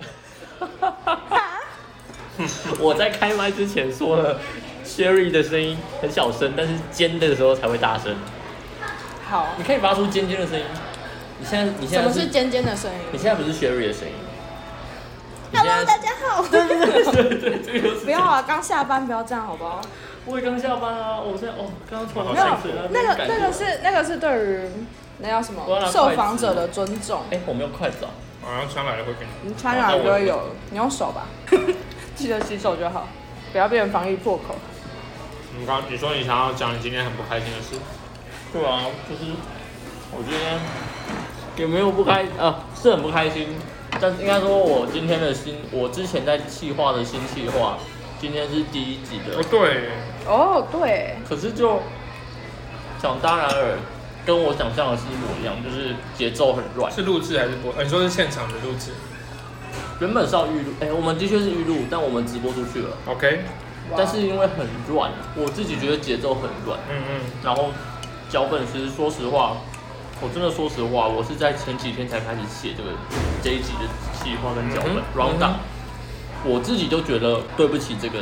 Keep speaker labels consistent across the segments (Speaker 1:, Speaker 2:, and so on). Speaker 1: 我在开麦之前说了，Sherry 的声音很小声，但是尖的时候才会大声。
Speaker 2: 好，
Speaker 1: 你可以发出尖尖的声音。你现在，你现在
Speaker 2: 什么
Speaker 1: 是，
Speaker 2: 是尖尖的声音
Speaker 1: 你现在不是 Sherry 的声音。你现在
Speaker 2: ？Hello，大家好。
Speaker 1: 对 对对，这个就是
Speaker 2: 不要啊，刚下班不要这样好不好？
Speaker 1: 我也刚下班啊，我现在哦，刚刚从
Speaker 2: 没
Speaker 1: 好
Speaker 2: 有
Speaker 1: 兴奋啊，，
Speaker 2: 那个
Speaker 1: 感觉
Speaker 2: 那个是那个是对于那叫什么
Speaker 1: 我要拿筷子
Speaker 2: 受访者的尊重。
Speaker 1: 哎、我没有筷子啊。
Speaker 3: 好像穿来了会给你。
Speaker 2: 你穿哪都会有，你用手 吧，记得洗手就好，不要变成防疫破口。
Speaker 3: 你刚你说你想要讲你今天很不开心的事，
Speaker 1: 对啊，就是我今天也没有不开啊，是很不开心，但是应该说我今天的新，我之前在企划的新企划，今天是第一集的
Speaker 3: 哦，对，
Speaker 2: 哦，对，
Speaker 1: 可是就想当然尔，跟我想象的是一模一样，就是节奏很乱。
Speaker 3: 是录制还是播？呃你说是现场的录制
Speaker 1: 原本是要预录，哎、我们的确是预录，但我们直播出去了，
Speaker 3: ？OK，
Speaker 2: 哇
Speaker 1: 但是因为很乱，我自己觉得节奏很乱。
Speaker 3: 嗯嗯，
Speaker 1: 然后脚本其实说实话，我真的说实话，我是在前几天才开始写这个这一集的计划跟脚本
Speaker 3: 嗯哼
Speaker 1: round down，、
Speaker 3: 嗯
Speaker 1: 我自己都觉得对不起这个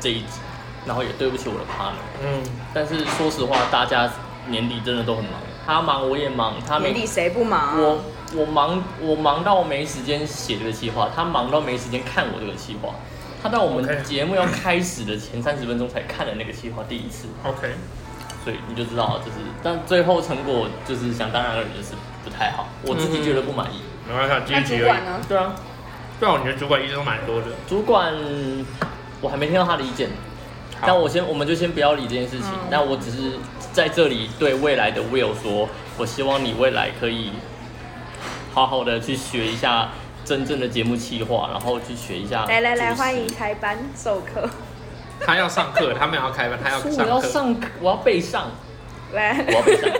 Speaker 1: 这一集，然后也对不起我的 partner，
Speaker 3: 嗯，
Speaker 1: 但是说实话，大家年底真的都很忙，他忙我也忙，他没
Speaker 2: 年底谁不忙？啊
Speaker 1: 我我忙我忙到没时间写这个计划，他忙到没时间看我这个计划。他到我
Speaker 3: OK
Speaker 1: 们节目要开始的前三十分钟才看了那个计划第一次，
Speaker 3: OK，
Speaker 1: 所以你就知道，就是但最后成果就是想当然而就是不太好，我自己觉得不满意。
Speaker 3: 没关系啊，第
Speaker 2: 那
Speaker 3: 一
Speaker 2: 主
Speaker 3: 集而
Speaker 2: 管
Speaker 3: 已。
Speaker 2: 呢？
Speaker 1: 对啊，
Speaker 3: 对啊，我觉得主管意见都蛮多的。
Speaker 1: 主管我还没听到他的意见，
Speaker 3: 好
Speaker 1: 但我先我们就先不要理这件事情
Speaker 2: 嗯。
Speaker 1: 那、我只是在这里对未来的 Will 说，我希望你未来可以好好的去学一下真正的节目企划，然后去学一下。
Speaker 4: 来来来，欢迎。开班授课，
Speaker 3: 他要上课，他们也要开班，他要
Speaker 1: 说 我要
Speaker 3: 上课。
Speaker 1: 上课，我要背上，
Speaker 4: 来，
Speaker 1: 我要背上。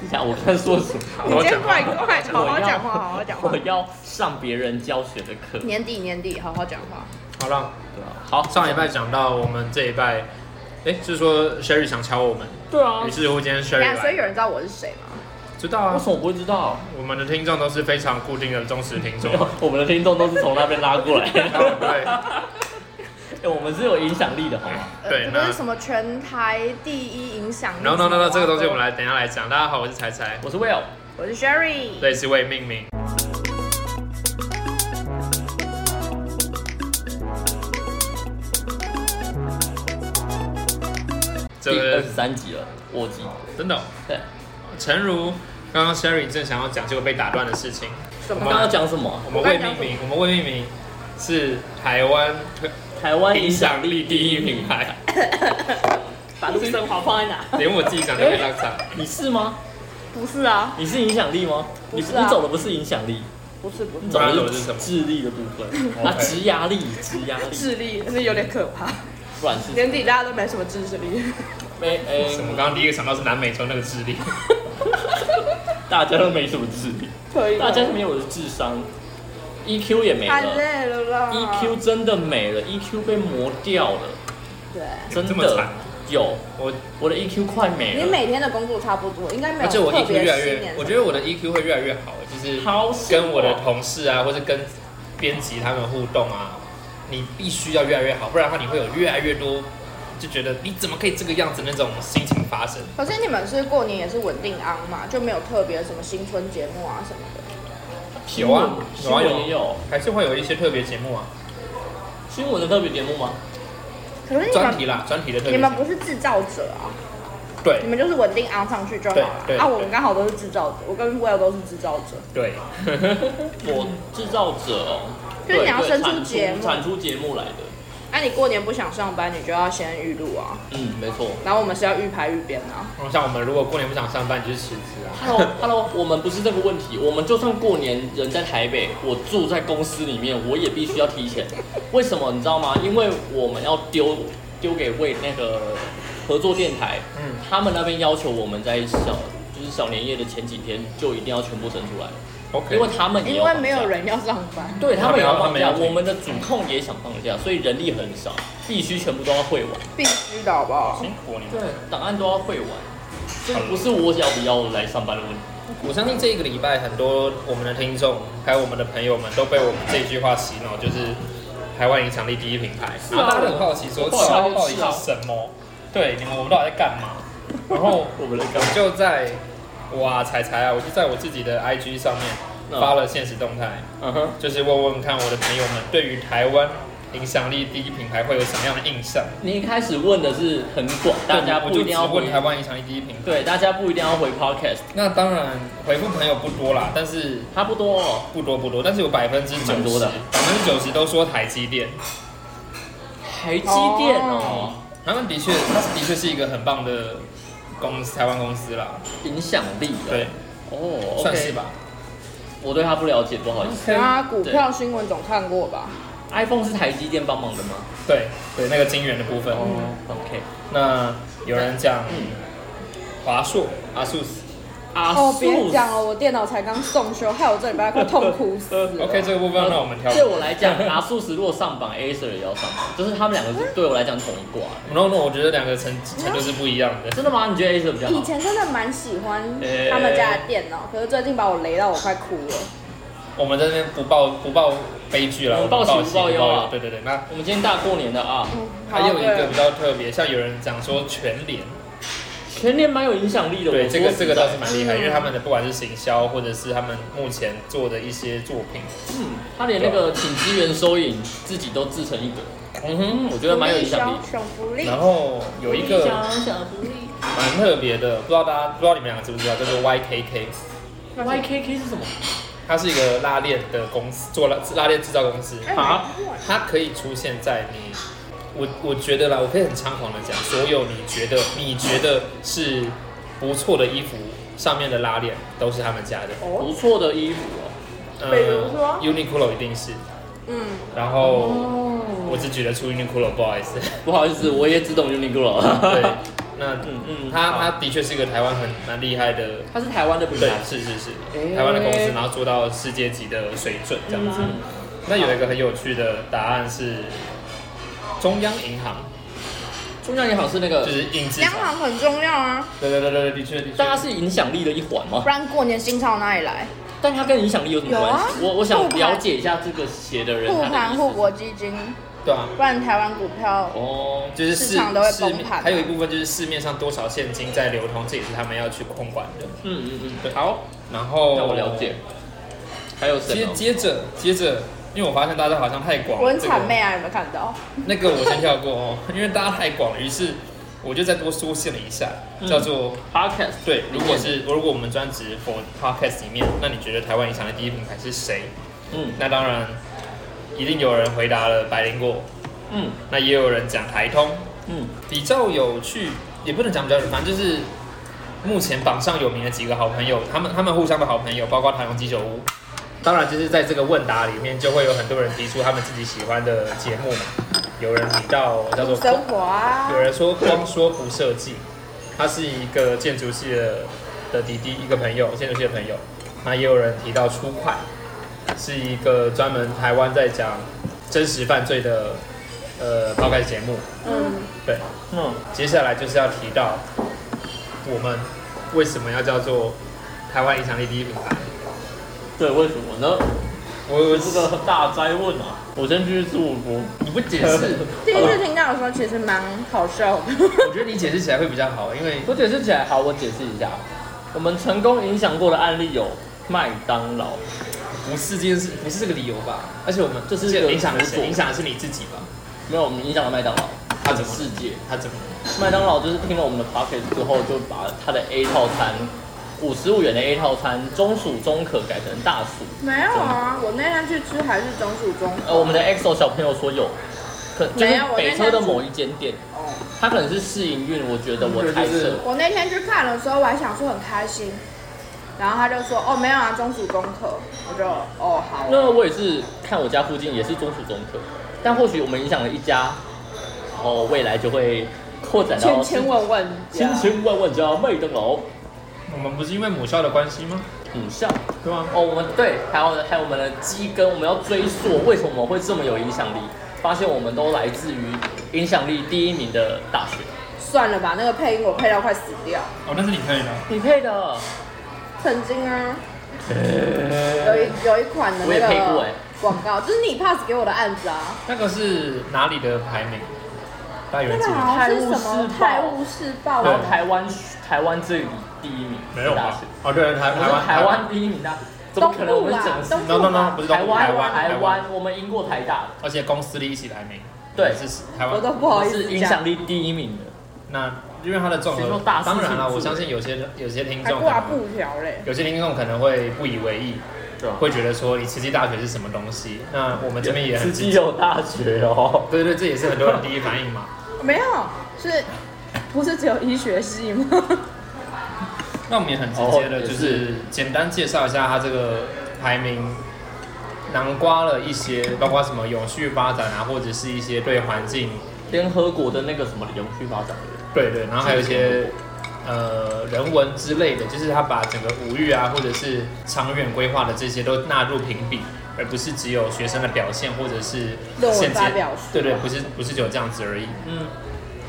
Speaker 1: 你想我刚才说什么？
Speaker 3: 好
Speaker 4: 你
Speaker 3: 好
Speaker 4: 今天
Speaker 3: 讲
Speaker 4: 快
Speaker 3: 话。
Speaker 4: 快，好
Speaker 1: 我
Speaker 4: 好
Speaker 1: 要
Speaker 4: 讲话，好好讲话
Speaker 1: 我。要上别人教学的课。
Speaker 2: 年底年底好好讲话。
Speaker 3: 好了，
Speaker 1: 对啊，好，
Speaker 3: 上礼拜讲到我们这一拜，哎，就是说 Sherry 想敲我们，
Speaker 1: 对啊
Speaker 3: 于，是乎今天 Sherry
Speaker 2: 对哦啊，所以
Speaker 3: 来，
Speaker 2: 有人知道我是谁吗？
Speaker 3: 知道
Speaker 1: 为
Speaker 3: 啊
Speaker 1: 什，么我不会知道？
Speaker 3: 我们的听众都是非常固定的忠实 听众。
Speaker 1: 我们的听众都是从那边拉过来。
Speaker 3: 对
Speaker 1: 哎，我们是有影响力的，好吗？
Speaker 3: 对，
Speaker 2: 呃不
Speaker 3: 那
Speaker 2: 是什么全台第一影响力。
Speaker 3: 然后呢，呢，这个东西我们。来等一下来讲。大家好，我是彩彩，
Speaker 1: 我是 Will，
Speaker 2: 我是 Sherry。
Speaker 3: 类似为命名。这
Speaker 1: 第二
Speaker 3: 个
Speaker 1: 十三集了，我记。
Speaker 3: 真的哦，
Speaker 1: 对，
Speaker 3: 诚如刚刚 Sherry 正想要讲结果被打断的事情，
Speaker 2: 什
Speaker 1: 我
Speaker 2: 么
Speaker 1: 们？刚刚讲什么？
Speaker 3: 我们未命名，我们未命名是台湾
Speaker 1: 台湾
Speaker 3: 影
Speaker 1: 影
Speaker 3: 响
Speaker 1: 响
Speaker 3: 力
Speaker 1: 力
Speaker 3: 第
Speaker 1: 第
Speaker 3: 一
Speaker 1: 一
Speaker 3: 品
Speaker 1: 名。
Speaker 3: 牌，
Speaker 2: 把陆生华放在哪？
Speaker 3: 连我自己讲都被拉长。
Speaker 1: 你是吗？
Speaker 2: 不是啊，
Speaker 1: 你是影响力吗？你
Speaker 2: 不是啊
Speaker 1: 你走的不是影响力，
Speaker 2: 不是不
Speaker 1: 你
Speaker 2: 是。
Speaker 1: 走
Speaker 3: 不然走
Speaker 1: 的
Speaker 3: 的是什么
Speaker 1: 智力的部分
Speaker 3: OK
Speaker 1: 啊，职压力，职压力，
Speaker 2: 智力真的有点可怕，
Speaker 1: 不然是
Speaker 2: 年底大家都没什么自制力。
Speaker 1: 没哎
Speaker 3: 什么？刚刚第一个想到是南美洲那个智利，
Speaker 1: 大家都没什么智力，
Speaker 2: 可以吗。
Speaker 1: 大家没有智商，EQ 也没
Speaker 2: 太
Speaker 1: 了。
Speaker 2: 累啊了啦。
Speaker 1: EQ 真的没了，EQ 被磨掉了，
Speaker 2: 对，
Speaker 1: 真
Speaker 3: 这么惨
Speaker 1: 的有
Speaker 3: 我
Speaker 1: 我的 EQ 快没
Speaker 2: 你
Speaker 1: 了，
Speaker 2: 每天的工作差不多，应该没
Speaker 3: 而
Speaker 2: 有
Speaker 3: 且我
Speaker 2: 哎特
Speaker 3: EQ
Speaker 2: 别
Speaker 3: 越来
Speaker 2: 新
Speaker 3: 越
Speaker 2: 年，
Speaker 3: 我觉得我的 EQ 会越来越好，就是
Speaker 1: 好险哦
Speaker 3: 跟我的同事啊，或是跟编辑他们互动啊，你必须要越来越好，不然的话你会有越来越多就觉得你怎么可以这个样子那种心情发生。
Speaker 2: 可是你们是过年也是稳定昂嘛，就没有特别什么新春节目啊什么的。
Speaker 1: 新
Speaker 3: 有
Speaker 1: 闻
Speaker 3: 啊
Speaker 1: 新
Speaker 3: 有啊
Speaker 1: 闻也
Speaker 3: 有，
Speaker 1: 有
Speaker 3: 还是会有一些特别节目啊，
Speaker 1: 新闻的特别节目吗？
Speaker 2: 可是你
Speaker 3: 专题
Speaker 2: 们
Speaker 3: 啦，专题的特
Speaker 2: 嗯
Speaker 3: 别
Speaker 2: 你
Speaker 3: 节
Speaker 2: 们
Speaker 3: 目。
Speaker 2: 不是制造者啊，
Speaker 3: 对
Speaker 2: 你们就是稳定昂上去就好
Speaker 3: 对
Speaker 2: 了。
Speaker 3: 对
Speaker 2: 啊，
Speaker 3: 对
Speaker 2: 我们刚好都是制造者，我跟 Will 都是制造者。
Speaker 3: 对，
Speaker 1: 我制造者 哦，
Speaker 2: 就是你
Speaker 1: 对
Speaker 2: 要
Speaker 1: 对
Speaker 2: 生出
Speaker 1: 产出
Speaker 2: 节目
Speaker 1: 产出节目来的，
Speaker 2: 那、啊你过年不想上班，你就要先预录啊。
Speaker 1: 嗯，没错。
Speaker 2: 然后我们是要预排预编啊。
Speaker 3: 然后像我们如果过年不想上班，你就是辞职啊。
Speaker 1: Hello Hello，我们不是这个问题，我们就算过年人在台北，我住在公司里面，我也必须要提 前。为什么你知道吗？因为我们要丢丢给为那个合作电台，
Speaker 3: 嗯，
Speaker 1: 他们那边要求我们在小就是小年夜的前几天就一定要全部生出来，
Speaker 3: OK，
Speaker 1: 因为他们也
Speaker 2: 因
Speaker 1: 要
Speaker 2: 为
Speaker 1: 放假
Speaker 2: 没有，人要上班，
Speaker 1: 对他们也要
Speaker 3: 他
Speaker 1: 放
Speaker 3: 们要
Speaker 1: 假，
Speaker 3: 他们要
Speaker 1: 我们的主控也想放假，所以人力很少，必须全部都要会完，
Speaker 2: 必须的好不好？
Speaker 3: 辛苦你们。
Speaker 1: 对，档案都要会完，所以不是我要不要来上班的问题，
Speaker 3: 我相信这一个礼拜，很多我们的听众还有我们的朋友们都被我们这句话洗脑，就是台湾影响力第一品牌，
Speaker 1: 是啊
Speaker 3: 然后大家都很好奇说
Speaker 1: 我
Speaker 3: 气泡
Speaker 1: 我
Speaker 3: 到底是什么？对，你们我们到底在干嘛？然后
Speaker 1: 我们来干
Speaker 3: 我
Speaker 1: 嘛？
Speaker 3: 就在哇彩彩啊，我就在我自己的 IG 上面
Speaker 1: 嗯
Speaker 3: 发了现实动态，
Speaker 1: 嗯哼，
Speaker 3: 就是问问看我的朋友们对于台湾影响力第一品牌会有什么样的印象？
Speaker 1: 你一开始问的是很广，大家不
Speaker 3: 我就
Speaker 1: 一
Speaker 3: 只
Speaker 1: 定要回
Speaker 3: 问台湾影响力第一品牌。
Speaker 1: 对，大家不一定要回 podcast，
Speaker 3: 那当然回复朋友不多啦，但是
Speaker 1: 差不多、哦。
Speaker 3: 不多不多，但是有百分之九
Speaker 1: 蛮
Speaker 3: 十，
Speaker 1: 多的
Speaker 3: 百分之九十都说台积电，
Speaker 1: 台积电哦，
Speaker 3: 他们的确，它的确是一个很棒的公司，台湾公司啦，
Speaker 1: 影响力哦
Speaker 3: 对，
Speaker 1: 哦
Speaker 3: 算是
Speaker 1: ，OK，
Speaker 3: 吧。
Speaker 1: 我对他不了解，不好意思。
Speaker 2: 大家股票新闻总看过吧？
Speaker 1: iPhone 是台积电帮忙的吗？
Speaker 3: 对对，那个金源的部分，
Speaker 1: 哦，OK，
Speaker 3: 那有人讲
Speaker 1: 嗯，
Speaker 3: 华硕、阿素斯
Speaker 1: 阿
Speaker 2: 哦，别
Speaker 1: 素
Speaker 2: 讲了，我电脑才刚送修，害我这礼拜快痛苦死 了。
Speaker 3: ，OK 这个部分，那我们挑。
Speaker 1: 对我来讲，阿素斯如果上榜，Acer 也要上榜，就是他们两个是对我来讲同一挂。
Speaker 3: no no，我觉得两个程程度是不一样的。
Speaker 1: 真的吗？你觉得 Acer 比较
Speaker 2: 以
Speaker 1: 好？
Speaker 2: 前真的蛮喜欢他们家的电脑，可是最近把我雷到我快哭了。
Speaker 3: 我们在这边不报不报悲剧了，
Speaker 1: 我们报喜不报忧啊
Speaker 3: 不对对对，那
Speaker 1: 我们今天大过年的啊，
Speaker 2: 嗯，好
Speaker 3: 还有一个
Speaker 2: 对
Speaker 3: 比较特别，像有人讲说全联，
Speaker 1: 全年蛮有影响力的。
Speaker 3: 对
Speaker 1: 我
Speaker 3: 这
Speaker 1: 说
Speaker 3: 个
Speaker 1: 实
Speaker 3: 这个倒
Speaker 1: 在
Speaker 3: 是蛮厉害，因为他们的不管是行销或者是他们目前做的一些作品，
Speaker 1: 嗯，他连那个请支援收银自己都自成一格，
Speaker 3: 嗯哼。
Speaker 1: 我觉得蛮有影响力
Speaker 4: 熊。熊福利
Speaker 3: 然后有一个
Speaker 1: 小福利
Speaker 3: 蛮特别的，不知道大家不知道你们两个知不知道，叫做 YKK，
Speaker 2: 啊
Speaker 1: ，YKK 是什么？
Speaker 3: 它是一个拉链的公司，做拉拉链制造公司，
Speaker 4: 哎
Speaker 2: 哎
Speaker 1: 啊，
Speaker 3: 它可以出现在你，我我觉得啦，我可以很猖狂的讲，所有你觉得你觉得是不错的衣服上面的拉链都是他们家的，
Speaker 1: 不错的衣服
Speaker 3: 呃
Speaker 4: 比如说
Speaker 3: Uniqlo 一定是，
Speaker 2: 嗯，
Speaker 3: 然
Speaker 1: 哦。
Speaker 3: 后我
Speaker 1: 哦，
Speaker 3: 只举得出 Uniqlo，不 好意思，
Speaker 1: 不好意思，我也只懂 Uniqlo。
Speaker 3: 对， 那
Speaker 1: 嗯嗯
Speaker 3: 它
Speaker 1: 好
Speaker 3: 它的确是一个台湾很蛮厉害的
Speaker 1: 它是台湾的品
Speaker 3: 对
Speaker 1: 牌，。
Speaker 3: 是是是，
Speaker 1: 诶
Speaker 3: 台湾的公司，然后做到世界级的水准这样子。
Speaker 1: 嗯
Speaker 3: 那有一个很有趣的答案是，中央银行
Speaker 1: 中央银行是那
Speaker 3: 就
Speaker 1: 个，
Speaker 3: 是印制
Speaker 2: 央
Speaker 3: 厂，
Speaker 2: 行很重要啊，
Speaker 3: 对对对对对，的确的确。
Speaker 1: 但它是影响力的一环吗
Speaker 2: 不？然过年新潮哪里来？
Speaker 1: 但它跟影响力有什么关系？
Speaker 2: 有啊
Speaker 1: 我我想
Speaker 2: 护盘
Speaker 1: 了解一下这个写的人他
Speaker 2: 护
Speaker 1: 的意
Speaker 2: 盘
Speaker 1: 思
Speaker 2: 护国基金，
Speaker 3: 对啊，
Speaker 2: 不然台湾股票
Speaker 1: 哦，
Speaker 3: 就是
Speaker 2: 市
Speaker 3: 市
Speaker 2: 场都会
Speaker 3: 市
Speaker 2: 崩
Speaker 3: 面
Speaker 2: 盘啊
Speaker 3: 还有一部分就是市面上多少现金在流通，这也是他们要去控管的。
Speaker 1: 嗯嗯嗯，
Speaker 3: 对，好，然后
Speaker 1: 那我了解。。还有什
Speaker 3: 接
Speaker 1: 么？
Speaker 3: 接着接着，因为我发现大家好像太广了，
Speaker 2: 文
Speaker 3: 这个
Speaker 2: 产妹啊，有没有看到？
Speaker 3: 那个我先跳过哦， 因为大家太广了，于是我就再多缩限了一下，
Speaker 1: 嗯
Speaker 3: 叫做
Speaker 1: Podcast
Speaker 3: 对，如果是如果我们专职 for podcast 里面，那你觉得台湾影响力第一品牌是谁？
Speaker 1: 嗯
Speaker 3: 那当然，一定有人回答了百灵果，
Speaker 1: 嗯
Speaker 3: 那也有人讲台通。
Speaker 1: 嗯
Speaker 3: 比较有趣，也不能讲比较有趣，反正就是目前榜上有名的几个好朋友，他们他们互相的好朋友，包括台湾鸡酒屋。当然，就是在这个问答里面，就会有很多人提出他们自己喜欢的节目嘛。有人提到叫做
Speaker 2: 生活啊
Speaker 3: 有，人说光说不设计，他是一个建筑系的的弟弟，一个朋友，建筑系的朋友。那也有人提到初快，是一个专门台湾在讲真实犯罪的呃报刊节目。
Speaker 2: 嗯，
Speaker 3: 对，
Speaker 1: 嗯，
Speaker 3: 接下来就是要提到我们为什么要叫做台湾影响力第一品牌。
Speaker 1: 对，为什么呢？
Speaker 3: 我我
Speaker 1: 这个大灾问啊！我先去吃火锅。
Speaker 3: 你不解释，
Speaker 2: 第一次听到的时候其实蛮好 笑的。
Speaker 3: 我觉得你解释起来会比较好，因为
Speaker 1: 我解释起来，好，我解释一下。我们成功影响过的案例有麦当劳，
Speaker 3: 不是这件事，不是这个理由吧？而且我们
Speaker 1: 这是一个
Speaker 3: 影响的
Speaker 1: 辅佐
Speaker 3: 谁？影响的是你自己吧？
Speaker 1: 没有，我们影响了麦当劳，
Speaker 3: 他
Speaker 1: 它
Speaker 3: 怎
Speaker 1: 的
Speaker 3: 么
Speaker 1: 世界。
Speaker 3: 他怎么？
Speaker 1: 麦当劳就是听了我们的 podcast 之后，就把它的 A 套餐五十五元的 A 套餐中薯中可改成大薯。
Speaker 2: 没有啊，我那天去吃还是中属中。
Speaker 1: 呃，我们的 EXO 小朋友说有，可就
Speaker 2: 没
Speaker 1: 是
Speaker 2: 有我那
Speaker 1: 北
Speaker 2: 天
Speaker 1: 车的
Speaker 2: 煮
Speaker 1: 某一间店，
Speaker 2: 哦，
Speaker 1: 它可能是试营运，我觉得我猜
Speaker 3: 就是
Speaker 1: 测。
Speaker 2: 我那天去看的时候，我还想说很开心，然后他就说哦没有啊，中属中课，我就哦好哦。
Speaker 1: 那我也是看我家附近也是中属中科，但或许我们影响了一家，然后未来就会扩展到
Speaker 2: 千千万万家，
Speaker 1: 千千万万家麦当劳
Speaker 3: 我们不是因为母校的关系吗？
Speaker 1: 母校。
Speaker 3: 对啊吗？
Speaker 1: 哦，我们对，还有还有我们的基根，我们要追溯为什么我们会这么有影响力，发现我们都来自于影响力第一名的大学。
Speaker 2: 算了吧，那个配音我配到快死掉。
Speaker 3: 哦，那是你可以的。
Speaker 1: 你配
Speaker 2: 哦
Speaker 1: 的，
Speaker 2: 曾经啊，有一有一款的
Speaker 1: 我
Speaker 2: 那
Speaker 1: 也配过
Speaker 2: 个
Speaker 1: 哎、
Speaker 2: 广告，就是你 pass 给我的案子啊。
Speaker 3: 那个是哪里的排名？大家
Speaker 2: 那
Speaker 3: 有人
Speaker 2: 个
Speaker 3: 记得
Speaker 2: 好
Speaker 3: 吗？
Speaker 2: 啊像是什么泰晤士报
Speaker 1: 然
Speaker 2: 的
Speaker 1: 后台湾台湾这里第一名
Speaker 2: 啊
Speaker 3: 没有
Speaker 1: 大
Speaker 3: 吧
Speaker 1: 学，？
Speaker 3: 哦，对，台
Speaker 1: 我
Speaker 3: 台
Speaker 1: 说
Speaker 3: 湾
Speaker 1: 台湾第一名大，怎么可能我们整
Speaker 2: 东
Speaker 1: 个
Speaker 2: 部
Speaker 3: ，no no no，不是
Speaker 1: 台
Speaker 3: 东部
Speaker 1: 湾
Speaker 3: 台湾
Speaker 1: 台湾，我们赢过台大的，
Speaker 3: 而且公司里一起排名，
Speaker 1: 对
Speaker 3: 是台
Speaker 2: 我
Speaker 3: 湾。
Speaker 2: 都不好意
Speaker 1: 是
Speaker 2: 思
Speaker 1: 影
Speaker 2: 讲
Speaker 1: 响。力第一名的，
Speaker 3: 那因为它的综
Speaker 1: 谁
Speaker 3: 合
Speaker 1: 说大，四
Speaker 3: 当然了，
Speaker 1: 庆祝
Speaker 3: 我相信有些人有些听
Speaker 2: 还啊
Speaker 3: 众可
Speaker 2: 挂
Speaker 3: 能，
Speaker 2: 布条嘞，
Speaker 3: 有些听众可能会不以为意，
Speaker 1: 对吧？
Speaker 3: 啊会觉得说你慈济大学是什么东西？那我们这边也很
Speaker 1: 慈
Speaker 3: 积
Speaker 1: 济
Speaker 3: 极，
Speaker 1: 有大学 哦，
Speaker 3: 对对，这也是很多人第一反应嘛。
Speaker 2: 没有，是不是只有医学 系吗？
Speaker 3: 那我们也很直接的，
Speaker 1: 哦也
Speaker 3: 就是是简单介绍一下它这个排名，囊括了一些，包括什么永续发展啊，或者是一些对环境，
Speaker 1: 联合国的那个什么永续发展的，
Speaker 3: 对对，然后还有一些呃人文之类的，就是它把整个五育啊，或者是长远规划的这些都纳入评比，而不是只有学生的表现或者是
Speaker 2: 论文
Speaker 3: 现阶
Speaker 2: 发表啊数
Speaker 3: 对对，不是不是只有这样子而已。
Speaker 1: 嗯，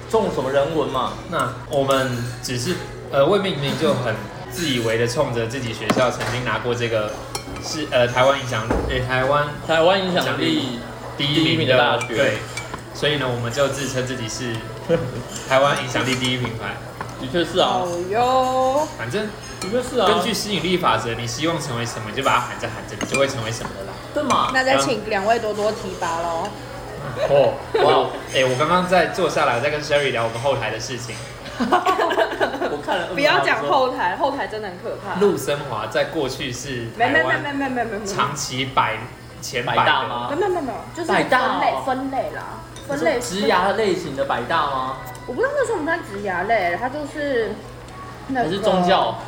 Speaker 1: 重什么人文嘛，
Speaker 3: 那我们只是呃，魏明明就很自以为的冲着自己学校曾经拿过这个是呃台湾影响对台湾
Speaker 1: 台湾影响力
Speaker 3: 第一
Speaker 1: 第一
Speaker 3: 名
Speaker 1: 名
Speaker 3: 的
Speaker 1: 的大学
Speaker 3: 对，所以呢，我们就自称自己 是台湾影响力第一品牌。
Speaker 1: 的确是啊，
Speaker 2: 哦哟，
Speaker 3: 反正
Speaker 1: 的确是啊，
Speaker 3: 根据吸引力法则，你希望成为什么，你就把它喊着喊着，你就会成为什么的啦。
Speaker 1: 对嘛，
Speaker 2: 那再请两位多多提拔 喽。
Speaker 3: 哦，
Speaker 1: 哇
Speaker 3: 我哎、我刚刚在坐下来在跟 Sherry 聊我们后台的事情。
Speaker 1: 我看了，
Speaker 2: 不要讲后台，后台真的很可怕。
Speaker 3: 陆森华在过去是
Speaker 2: 没没没
Speaker 3: 台
Speaker 2: 没
Speaker 3: 湾
Speaker 2: 没没没没没
Speaker 3: 长期百前百
Speaker 1: 百大
Speaker 3: 的
Speaker 1: 吗？
Speaker 2: 没没没有，就是
Speaker 1: 百
Speaker 2: 分
Speaker 1: 大
Speaker 2: 类
Speaker 1: 哦
Speaker 2: 分类啦，分
Speaker 1: 你
Speaker 2: 类
Speaker 1: 说职涯类型的百大吗？
Speaker 2: 我不知道那时候我们在职涯类，它就是那
Speaker 1: 还
Speaker 2: 个
Speaker 1: 是宗教？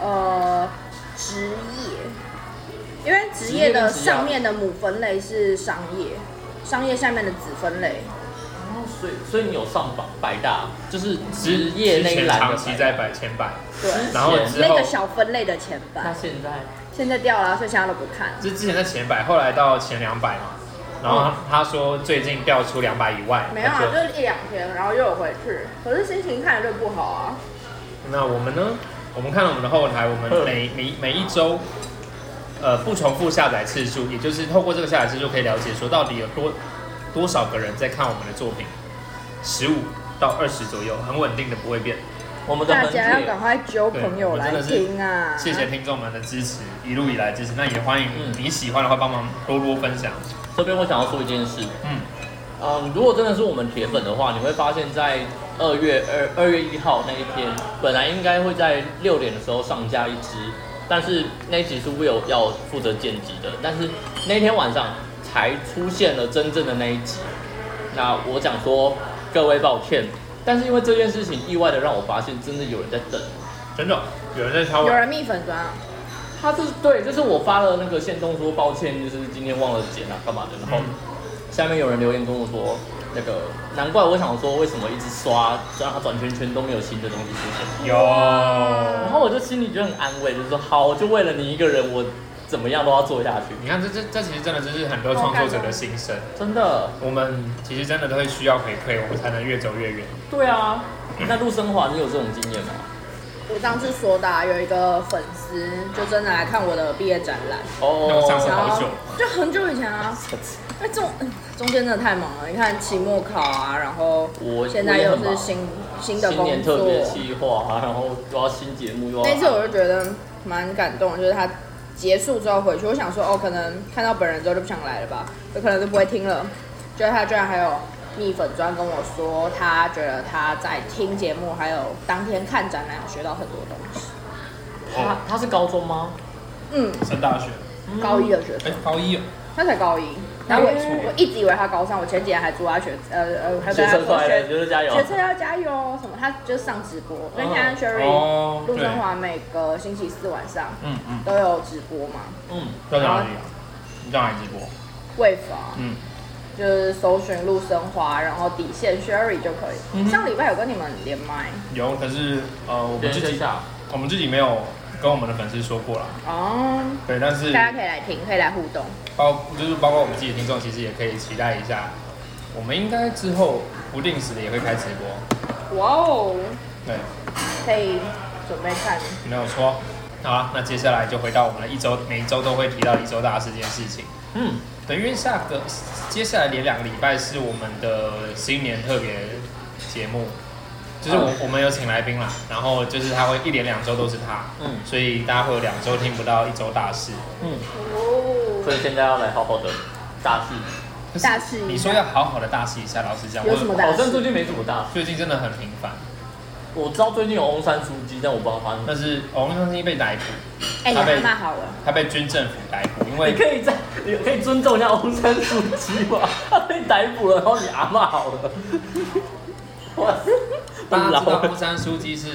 Speaker 2: 呃职业，因为职业
Speaker 1: 职业
Speaker 2: 的
Speaker 1: 跟职涯
Speaker 2: 上面的母分类是商业，商业下面的子分类。
Speaker 1: 哦，所以所以你有上榜百大，就是职业那一
Speaker 3: 之前
Speaker 1: 栏
Speaker 3: 长
Speaker 1: 的
Speaker 3: 期
Speaker 1: 百
Speaker 3: 在
Speaker 1: 大。
Speaker 3: 百前百，
Speaker 2: 对，
Speaker 1: 之前
Speaker 3: 然后之
Speaker 2: 那
Speaker 3: 后
Speaker 2: 个小分类的前
Speaker 1: 那
Speaker 2: 百，
Speaker 1: 现在
Speaker 2: 现在掉了，所以现在都不看。
Speaker 3: 就是之前在前百，后来到前两百嘛。然后他说最近掉出两百以外，
Speaker 2: 没有啊，就
Speaker 3: 他就是
Speaker 2: 一两天，然后又有回去，可是心情看着就不好啊。
Speaker 3: 那我们呢？我们看了我们的后台，我们
Speaker 1: 嗯
Speaker 3: 每每每一周，呃，不重复下载次数，也就是透过这个下载次数可以了解说到底有多多少个人在看我们的作品，十五到二十左右，很稳定的不会变。
Speaker 1: 我们的
Speaker 2: 大
Speaker 1: 很
Speaker 2: 家要
Speaker 1: 铁
Speaker 2: 赶快揪朋友
Speaker 3: 对我
Speaker 2: 来
Speaker 3: 们真的是
Speaker 2: 听啊！
Speaker 3: 谢谢听众们的支持，一路以来支持，那也欢迎
Speaker 1: 嗯
Speaker 3: 你喜欢的话帮忙多多分享。
Speaker 1: 这边我想要说一件事，
Speaker 3: 嗯，
Speaker 1: 嗯，如果真的是我们铁粉的话，你会发现在二月二二月一号那一天，本来应该会在六点的时候上架一支，但是那一集是 Will 要负责剪辑的，但是那天晚上才出现了真正的那一集。那我讲说各位抱歉，但是因为这件事情意外的让我发现，真的有人在等。
Speaker 3: 真的有人在敲
Speaker 2: 有
Speaker 3: 碗，
Speaker 2: 人蜜粉砖啊，
Speaker 1: 他这是对，这是我发了那个线动说抱歉，就是今天忘了剪啊，干嘛的。
Speaker 3: 嗯
Speaker 1: 然后下面有人留言跟我说，那个难怪我想说为什么一直刷，让他转圈圈都没有新的东西出现。
Speaker 3: 有。
Speaker 1: 然后我就心里就很安慰，就说好，就为了你一个人，我怎么样都要做下去。
Speaker 3: 你看，这这这其实真的就是很多创作者的心声。
Speaker 1: 真的，
Speaker 3: 我们其实真的都会需要回馈，我们才能越走越远。
Speaker 1: 对啊。那陆生华，你有这种经验吗？
Speaker 2: 我上次说的、啊，有一个粉丝就真的来看我的毕业展览，
Speaker 3: 那我上次
Speaker 1: 哦，
Speaker 2: 然
Speaker 3: 好
Speaker 2: 后
Speaker 3: 久
Speaker 2: 就很久以前啊，那中中间真的太忙了。你看期末考啊，然后
Speaker 1: 我
Speaker 2: 现在又是
Speaker 1: 新
Speaker 2: 新新的
Speaker 1: 新
Speaker 2: 工
Speaker 1: 年特别
Speaker 2: 作，
Speaker 1: 计划啊，然后又要新节目，又要哦
Speaker 2: 那次我就觉得蛮感动的，就是他结束之后回去，我想说哦，可能看到本人之后就不想来了吧，有可能就不会听了。就他居然还有蜜粉专跟我说，他觉得他在听节目，还有当天看展览学到很多东西。
Speaker 1: 他他是高中吗？
Speaker 2: 嗯，
Speaker 3: 上大学，
Speaker 1: 嗯
Speaker 2: 高一的学生。
Speaker 3: 哎，高一哦，
Speaker 2: 他才高一，然后我
Speaker 3: 嗯
Speaker 2: 我一直以为他高三，我前几天还祝他学呃呃，还
Speaker 1: 学
Speaker 2: 跟他
Speaker 1: 生
Speaker 2: 说
Speaker 1: 快乐，
Speaker 2: 学
Speaker 1: 学生加油！
Speaker 2: 学车要加油哦什么，他就是上直播，跟现在 Sherry
Speaker 3: 哦
Speaker 2: 陆振，华每个星期四晚上
Speaker 3: 嗯嗯，
Speaker 2: 都有直播嘛，
Speaker 1: 嗯，
Speaker 3: 在哪里啊？你在哪里直播？
Speaker 2: 位法
Speaker 3: 嗯，
Speaker 2: 就是搜寻陆生华，然后底线 Sherry 就可
Speaker 3: 嗯
Speaker 2: 以。
Speaker 3: 哼
Speaker 2: 上礼拜有跟你们连麦
Speaker 3: 有，可是呃，我们
Speaker 1: 认
Speaker 3: 自
Speaker 1: 识一
Speaker 3: 己
Speaker 1: 下。
Speaker 3: 我们自己没有跟我们的粉丝说过啦。
Speaker 2: 哦，
Speaker 3: 对，但是
Speaker 2: 大家可以来听，可以来互动。
Speaker 3: 包就是包括我们自己的听众，其实也可以期待一下。我们应该之后不定时的也会开直播，
Speaker 2: 哇哦，
Speaker 3: 对，
Speaker 2: 可以准备看。
Speaker 3: 没有错。好啦，那接下来就回到我们的一周，每一周都会提到一周大事这件事情。
Speaker 1: 嗯，
Speaker 3: 对，因为下个接下来连两个礼拜是我们的新年特别节目，就是我、
Speaker 2: 嗯
Speaker 3: 我们有请来宾啦，然后就是他会一连两周都是他，
Speaker 1: 嗯
Speaker 3: 所以大家会有两周听不到一周大事。
Speaker 1: 嗯，所
Speaker 4: 哦，
Speaker 1: 以现在要来好好的大事。
Speaker 3: 可是
Speaker 2: 大事一下
Speaker 3: 你说要好好的大事一下，老实讲，
Speaker 2: 有什么
Speaker 3: 我
Speaker 2: 大
Speaker 1: 好
Speaker 2: 事
Speaker 1: 像最近没什么大事，
Speaker 3: 最近真的很频繁，
Speaker 1: 我知道最近有翁山书记，但我不知道他。
Speaker 3: 但是王上新被逮捕，
Speaker 2: 哎、
Speaker 3: 他
Speaker 2: 你
Speaker 3: 被
Speaker 2: 阿妈好了，
Speaker 3: 他被军政府逮捕，因
Speaker 1: 你
Speaker 3: 为
Speaker 1: 可以在，你可以尊重一下翁山书记吗？ 他被逮捕了，然后你阿骂好 了。哇，
Speaker 3: 大
Speaker 1: 很
Speaker 3: 家
Speaker 1: 老
Speaker 3: 知道
Speaker 1: 了
Speaker 3: 翁山书记是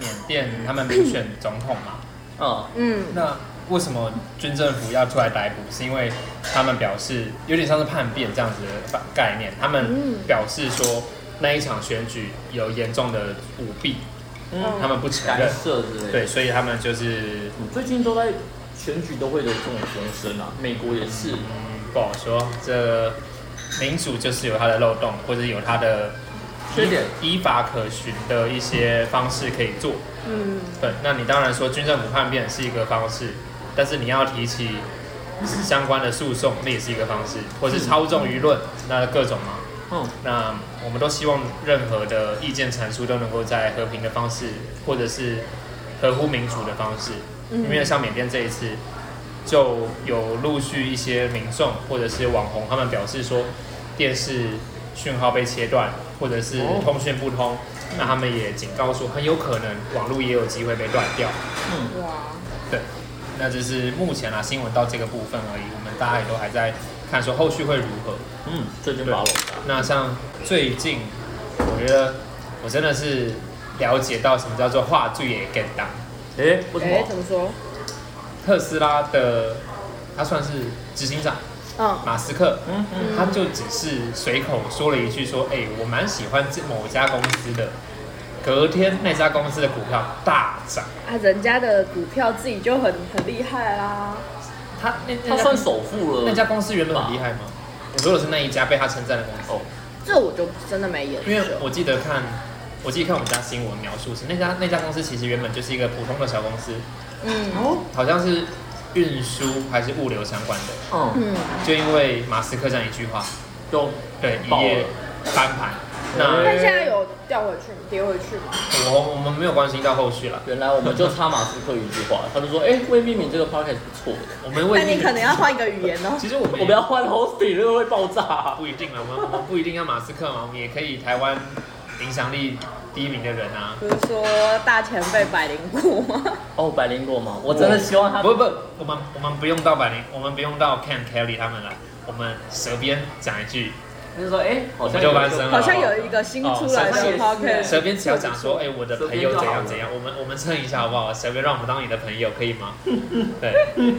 Speaker 3: 缅甸他们民选总统嘛，
Speaker 1: 嗯，
Speaker 2: 嗯，
Speaker 3: 那为什么军政府要出来逮捕？是因为他们表示有点像是叛变这样子的概念，他们表示说那一场选举有严重的舞弊，
Speaker 1: 嗯
Speaker 3: 他们不承
Speaker 1: 干
Speaker 3: 认，
Speaker 1: 涉之类的。
Speaker 3: 对，所以他们就是
Speaker 1: 你最近都在选举都会有这种风声啊，美国也是。
Speaker 3: 嗯不好说，这民主就是有它的漏洞，或者有它的
Speaker 1: 缺点
Speaker 3: 依法可循的一些方式可以做。
Speaker 2: 嗯，
Speaker 3: 对，那你当然说军政府叛变是一个方式，但是你要提起相关的诉讼，那也是一个方式，或是操纵舆论，那各种嘛。
Speaker 1: 嗯，
Speaker 3: 那我们都希望任何的意见阐述都能够在和平的方式，或者是合乎民主的方式。因为像缅甸这一次，就有陆续一些民众或者是网红，他们表示说，电视讯号被切断，或者是
Speaker 1: 哦
Speaker 3: 通讯不通，那他们也警告说，很有可能网络也有机会被断掉。
Speaker 1: 嗯
Speaker 2: 哇，
Speaker 3: 对，那这是目前啊新闻到这个部分而已，我们大家也都还在看说后续会如何。
Speaker 1: 嗯，最近
Speaker 3: 对
Speaker 1: 把我
Speaker 3: 那像最近，我觉得我真的是了解到什么叫做话剧也更大。
Speaker 1: 哎，为什
Speaker 2: 哎、
Speaker 1: 么？
Speaker 2: 怎么说？
Speaker 3: 特斯拉的他算是执行长
Speaker 2: 嗯，
Speaker 3: 马斯克，
Speaker 1: 嗯嗯，
Speaker 3: 他就只是随口说了一句说，哎、我蛮喜欢这某家公司的。隔天那家公司的股票大涨，
Speaker 2: 啊，人家的股票自己就很很厉害啊啦，
Speaker 3: 他那那
Speaker 1: 他
Speaker 3: 家
Speaker 1: 算首富了。
Speaker 3: 那家公司原本很厉害吗？我说的是那一家被他称赞的公司。
Speaker 1: 哦，
Speaker 2: 这我就真的没研究，
Speaker 3: 因为我记得看，我记得看我们家新闻描述是那家那家公司其实原本就是一个普通的小公司，
Speaker 2: 嗯
Speaker 1: 哦，
Speaker 3: 好像是运输还是物流相关的，
Speaker 1: 嗯，
Speaker 2: 嗯，
Speaker 3: 就因为马斯克这样一句话，
Speaker 1: 就
Speaker 3: 对一
Speaker 1: 爆了
Speaker 3: 夜翻盘。
Speaker 2: 那
Speaker 3: 那
Speaker 1: 哎
Speaker 2: 现在有掉回去跌回去吗？
Speaker 3: 我我们没有关心到后续了，
Speaker 1: 原来我们就差马斯克一句话，他就说，哎，未必你这个 podcast 不错的，
Speaker 3: 我们
Speaker 2: 那
Speaker 3: 为
Speaker 2: 你可能要换一个语言哦。
Speaker 3: 其实我们
Speaker 1: 我们要换 hosting，那个会爆炸。
Speaker 3: 不一定了，我们我们不一定要马斯克嘛，我们也可以台湾影响力第一名的人啊。
Speaker 2: 比如说大前辈百灵果吗？
Speaker 1: 哦，百灵果嘛，我真的希望他
Speaker 3: 不不，我们我们不用到百灵，我们不用到 Ken Kelly 他们了，我们舌边讲一句，
Speaker 1: 就是说，哎，好像
Speaker 3: 我们就翻身了
Speaker 2: 好像有一个新出来的
Speaker 1: 哦是
Speaker 2: podcast，
Speaker 3: 舌边只要讲说，哎、我的朋友
Speaker 1: 舌边就好
Speaker 3: 怎
Speaker 1: 了
Speaker 3: 样怎样，我们我们蹭一下好不好？舌边让我们当你的朋友，可 以吗？对，